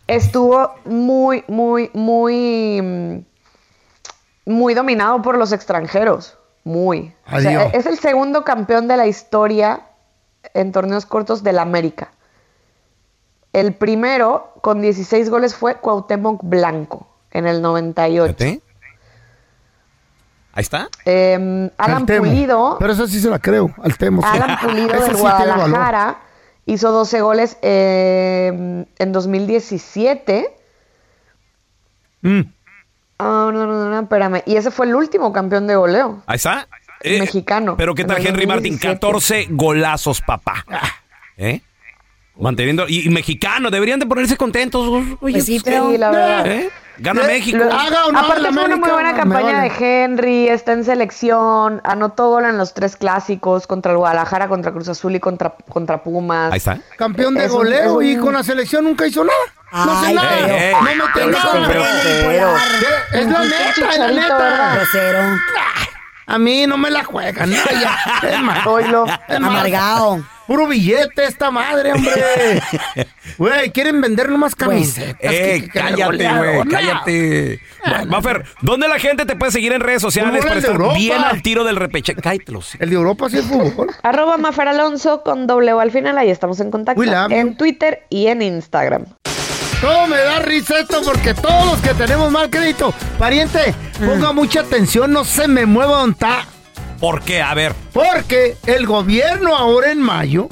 T: estuvo muy, muy, muy, mm, muy dominado por los extranjeros. Muy. O sea,
B: Adiós.
T: es el segundo campeón de la historia en torneos cortos del América. El primero, con 16 goles, fue Cuauhtémoc Blanco en el 98.
A: Ahí está.
T: Eh, Alan
B: Al Temo.
T: Pulido,
B: Pero eso sí se la creo, al Temo. sí.
T: Alan Pulido
B: Ese
T: del
B: sí tiene valor.
T: Guadalajara hizo 12 goles eh, en 2017.
B: Mm.
T: Ah, no, no, no, no, espérame. Y ese fue el último campeón de goleo
A: Ahí está. Eh,
T: mexicano.
A: Pero qué tal
T: en el
A: Henry Martin,
T: 2017.
A: 14 golazos, papá. ¿Eh? Manteniendo. Y, y mexicano, deberían de ponerse contentos. Oye,
C: Pues sí,
A: pues,
C: pero-
A: ¿qué?
T: Sí, la verdad.
A: ¿Eh? Gana
T: Lo-
A: México.
T: lo- Aparte
B: la
T: fue una muy
B: América,
T: buena
B: me
T: campaña
B: vale.
T: de Henry, está en selección, anotó gol en los tres clásicos, contra el Guadalajara, contra Cruz Azul y contra, contra Pumas. Eh,
A: Ahí está.
B: Campeón de
T: Es un-
B: goleo
T: es
B: y
T: un-
B: con la selección nunca hizo nada. No hace
T: Ay,
B: nada.
T: pero-
A: Eh,
B: no me
T: pero
B: tenga
T: es un grosero.
B: Es la
T: Un
B: neta,
T: pinche
B: es la
T: chicharito, ¿verdad?
B: neta.
C: Grosero.
B: A mí no me la juegan. No, ya. Es más. Es más.
C: Amargado.
B: Puro billete esta madre, hombre. Güey, quieren vender nomás camisetas.
A: Eh,
B: que- que- que
A: cállate,
B: golearon.
A: güey,
B: No.
A: cállate. Ma- Mafer, ¿dónde la gente te puede seguir en redes sociales
B: Fútbol
A: para
B: de
A: estar
B: Europa.
A: bien al tiro del repeche? Cállate los-
B: El de Europa sí es fútbol.
T: Arroba Mafer Alonso con W al final, ahí estamos en contacto.
B: We love
T: En Twitter y en Instagram.
B: Todo me da risa esto porque todos los que tenemos mal crédito. Pariente,
A: Mm.
B: ponga mucha atención, no se me mueva donde está.
A: ¿Por qué? A ver.
B: Porque el gobierno ahora en mayo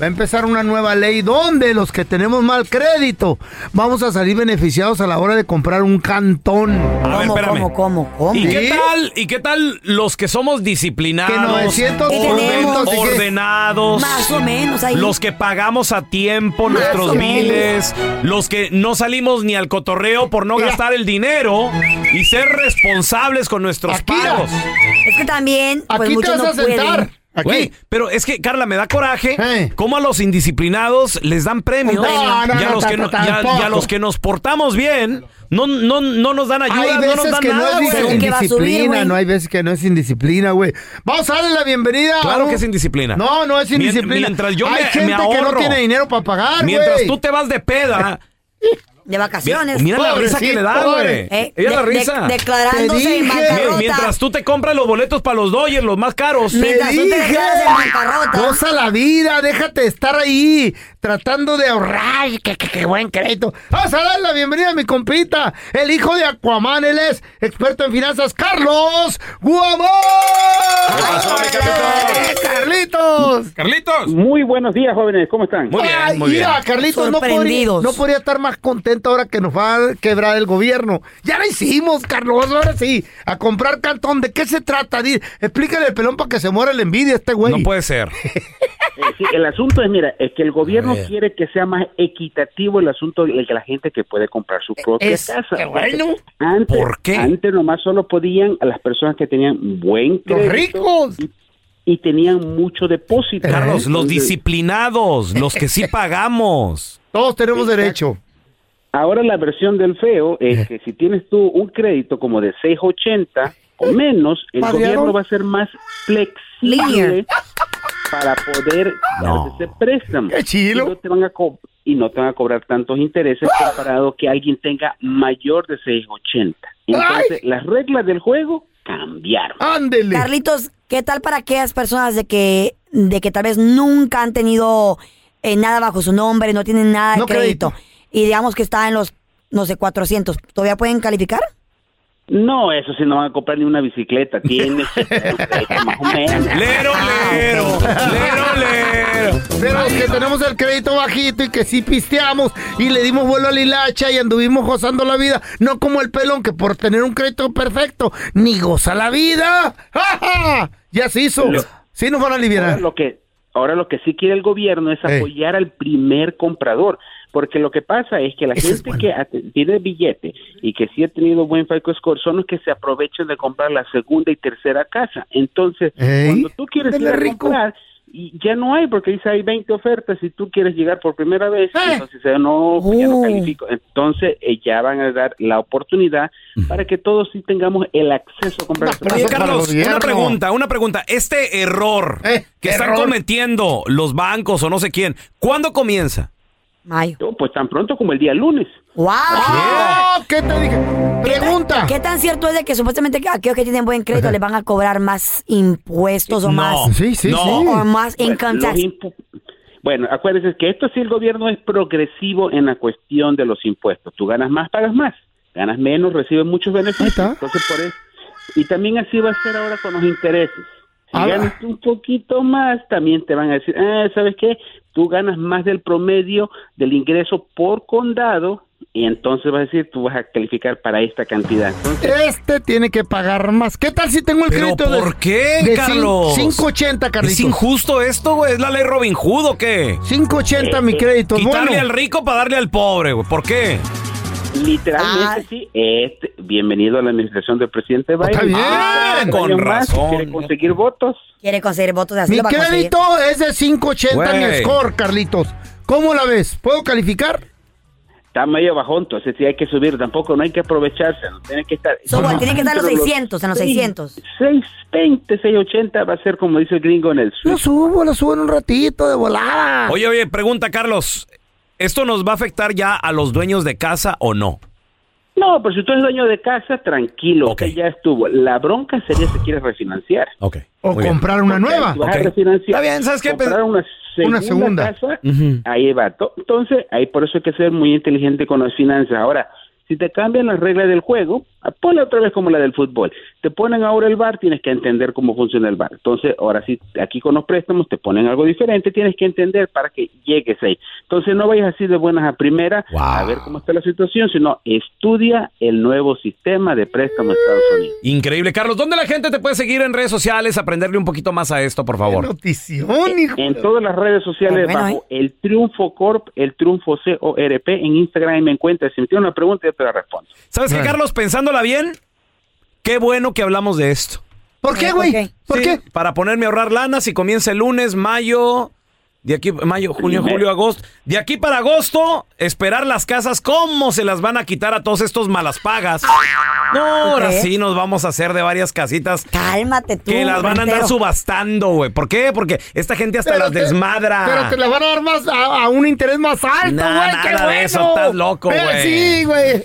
B: va a empezar una nueva ley donde los que tenemos mal crédito vamos a salir beneficiados a la hora de comprar un cantón.
A: A ver, espérame. ¿Y qué
B: ¿Oh, ¿Sí?
A: tal, ¿Y qué tal los que somos disciplinados?
B: Que 900
C: ¿Qué tenemos?
A: orden-
C: ¿Y qué?
A: ordenados.
C: Más o menos ahí.
A: Los que pagamos a tiempo
C: Más o
A: nuestros
C: menos.
A: biles, los que no salimos ni al cotorreo por no gastar el dinero y ser responsables con nuestros pagos.
C: Es que también. pues,
B: Aquí te
C: muchos
B: vas
C: no
B: a sentar.
C: pueden.
A: Güey, pero es que, Carla, me da coraje cómo a los indisciplinados les dan premios
D: No, no,
A: y, a
D: no,
A: los que no-
D: ta- ta-
A: y a-
D: tampoco.
A: y a los que nos portamos bien no, no, no nos dan ayuda,
B: Hay
A: no nos
B: veces
A: dan
B: que
A: nada,
B: no es
A: güey.
B: indisciplina, no hay veces que no es indisciplina, güey. Vamos a darle la bienvenida. a
A: Claro
B: un-
A: que es indisciplina.
B: No, no es
A: Mien-
B: indisciplina.
A: Mientras yo
B: hay
A: me-
B: gente
A: me
B: que no
A: ahorro.
B: tiene dinero para pagar,
A: Mientras
B: güey.
A: tú te vas de peda,
C: De vacaciones.
A: Mira, mira la risa que le da, güey.
C: Eh,
A: Ella la
C: de- de-
A: risa.
C: declarándose en bancarrota.
A: Mien- Mientras tú te compras los boletos para los Dodgers, los más caros.
B: Le dije, goza la vida, déjate estar ahí tratando de ahorrar, y que, que- que buen crédito. Vamos a dar la bienvenida a mi compita, el hijo de Aquaman, él es experto en finanzas, Carlos Guamón. Carlitos.
P: Carlitos.
Q: Muy buenos días, jóvenes. ¿Cómo están?
P: Muy bien,
B: Ay,
P: muy bien.
B: mira, Carlitos, no podría,
P: Sorprendidos.
B: no podría estar más contento ahora que nos va a quebrar el gobierno. Ya lo hicimos, Carlos, ahora sí. A comprar cantón. ¿De qué se trata? Di- Explícale el pelón para que se muera la envidia este güey. No
A: puede ser.
M: Eh, sí, el asunto es, mira, es que el gobierno
B: A ver.
M: quiere que sea más equitativo el asunto de que la gente que puede comprar su propia
B: es-
M: casa.
B: qué bueno.
M: Porque Antes,
A: ¿Por qué?
M: Antes nomás solo podían a las personas que tenían buen
A: Los
M: crédito. Y, y tenían mucho depósito.
A: Carlos, los
M: Entonces,
A: disciplinados, los que sí pagamos.
B: Todos tenemos derecho. Eh.
M: Ahora la versión del feo es que si tienes tú un crédito como de 680 o menos, el ¿Pagaron? gobierno va a ser más flexible para poder No. darte ese préstamo. Y no te van a co- y no te van a cobrar tantos intereses
B: ¡Ah!
M: comparado que alguien tenga mayor de 680. Entonces, las reglas del juego cambiaron.
B: Ándele.
C: Carlitos, ¿qué tal para aquellas personas de que, de que tal vez nunca han tenido eh, nada bajo su nombre, no tienen nada de
M: No
C: crédito, Y digamos que está en los, no sé, 400. ¿Todavía pueden calificar?
M: No, eso sí no van a comprar ni una bicicleta. Tienes que tener un crédito más o menos.
A: Lero, lero, lero, lero.
B: Pero los que tenemos el crédito bajito y que sí pisteamos y le dimos vuelo a la hilacha y anduvimos gozando la vida. No como el pelón que por tener un crédito perfecto ni goza la vida. ¡Ja, ja! Ya se hizo.
M: Lo-
B: Sí nos van a
M: Ahora
B: aliviar. Eh.
M: lo que ahora lo que sí quiere el gobierno es apoyar al primer comprador, porque lo que pasa es que la gente que at- tiene billete y que sí ha tenido buen FICO score son los que se aprovechan de comprar la segunda y tercera casa. Entonces,
B: Ey.
M: cuando tú quieres ir a comprar y ya no hay porque dice hay 20 ofertas si tú quieres llegar por primera vez, entonces ya no, pues ya no califico. Entonces, eh, ya van a dar la oportunidad para que todos sí tengamos el acceso a comprar. esa
A: Oye,
M: casa.
A: Carlos, una pregunta, una pregunta. Este error
B: Eh,
A: que están
M: error.
A: cometiendo los bancos o no sé quién, ¿cuándo comienza?
C: Mayo.
M: pues tan pronto como el día lunes.
C: ¡Wow!
B: Ah, ¿Qué te dije? Pregunta.
C: ¿Qué tan cierto es de que supuestamente aquellos que tienen buen crédito les van a cobrar más impuestos o
M: No.
C: más
M: Sí, sí, no.
C: o más
M: Pues,
C: income
M: los
C: tax?
M: impu- Bueno, acuérdense que esto sí el gobierno es progresivo en la cuestión de los impuestos. Tú ganas más, pagas más. Ganas menos, recibes muchos beneficios. Entonces, por eso. Y también así va a ser ahora con los intereses. Si
W: Ah.
M: ganas tú un poquito más, también te van a decir, ah, ¿sabes qué? Tú ganas más del promedio del ingreso por condado y entonces vas a decir, tú vas a calificar para esta cantidad.
B: Este tiene que pagar más. ¿Qué tal si tengo el
M: ¿Pero
B: crédito de
M: por qué,
B: de
A: Carlos?
B: 580, Carlitos.
A: ¿Es injusto esto, güey? ¿Es la ley Robin Hood o qué?
B: 580 mi crédito, es
A: Quitarle
B: pues bueno.
A: al rico para darle al pobre, güey. ¿Por qué?
M: Literalmente sí. Este, bienvenido a la administración del presidente
B: Pues
M: Biden.
A: Está bien.
M: Ah,
A: con
M: años más,
A: razón.
M: Quiere conseguir votos.
C: Quiere conseguir votos de así
B: Mi
C: lo va a conseguir.
B: crédito es de 580 en
M: Güey.
B: el score, Carlitos. ¿Cómo la ves? ¿Puedo calificar?
M: Está medio bajón, entonces sí hay que subir. Tampoco no hay que aprovecharse. No tiene que estar.
C: So, bueno, tienen que estar en los
M: Pero
C: 600, en los
M: seis-
C: 600.
M: 620, 680 va a ser como dice el gringo en el sur.
B: Lo subo, lo subo en un ratito de volada.
A: Oye, oye, pregunta, Carlos. ¿Esto nos va a afectar ya a los dueños de casa o no?
M: No, pero si tú eres dueño de casa, tranquilo, que ya estuvo. La bronca sería si quieres refinanciar.
A: Ok.
B: O comprar una nueva.
M: vas a refinanciar.
B: Está bien, ¿sabes qué? Pues
M: Comprar una segunda,
B: Una segunda.
M: casa, ahí va. To- Entonces, ahí por eso hay que ser muy inteligente con las finanzas. Ahora, si te cambian las reglas del juego, ah, ponla otra vez como la del fútbol. Te ponen ahora el bar, tienes que entender cómo funciona el bar. Entonces, ahora sí, aquí con los préstamos te ponen algo diferente, tienes que entender para que llegues ahí. Entonces, no vayas así de buenas a primeras a ver cómo está la situación, sino estudia el nuevo sistema de préstamos de Estados Unidos.
A: Increíble. Carlos, ¿dónde la gente te puede seguir en redes sociales? Aprenderle un poquito más a esto, por favor.
M: En todas las redes sociales
A: Bueno,
M: bajo el Triunfo Corp, el Triunfo CORP, en Instagram ahí me encuentras. Si me tiene una pregunta, yo te la respondo.
A: ¿Sabes qué, Carlos? Pensándola bien, qué bueno que hablamos de esto.
B: ¿Por qué, güey? ¿Por qué?
A: Para ponerme a ahorrar lana si comienza el lunes, mayo, de aquí, mayo, junio, julio, agosto. De aquí para agosto, esperar las casas, cómo se las van a quitar a todos estos malas pagas. No, ahora
C: ¿Qué?
A: sí nos vamos a hacer de varias casitas.
C: Cálmate tú.
A: Que las van a andar
C: rentero.
A: subastando, güey. ¿Por qué? Porque esta gente hasta las desmadra.
B: Pero te la van a dar más a, a un interés más alto, güey.
A: Nah,
B: ¡Qué
A: nada de
B: bueno!
A: eso, estás loco,
B: Eh,
A: güey.
B: Sí, güey.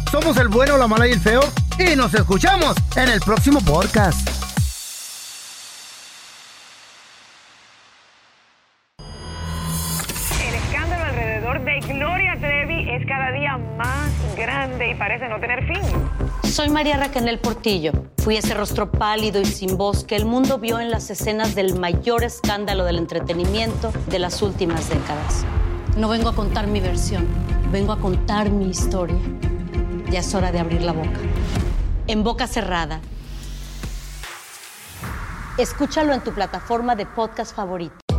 B: Somos el bueno, la mala y el feo. Y nos escuchamos en el próximo podcast.
T: El escándalo alrededor de Gloria Trevi es cada día más grande y parece no tener fin.
X: Soy María Raquel Portillo. Fui ese rostro pálido y sin voz que el mundo vio en las escenas del mayor escándalo del entretenimiento de las últimas décadas. No vengo a contar mi versión, vengo a contar mi historia. Ya es hora de abrir la boca. En boca cerrada. Escúchalo en tu plataforma de podcast favorito.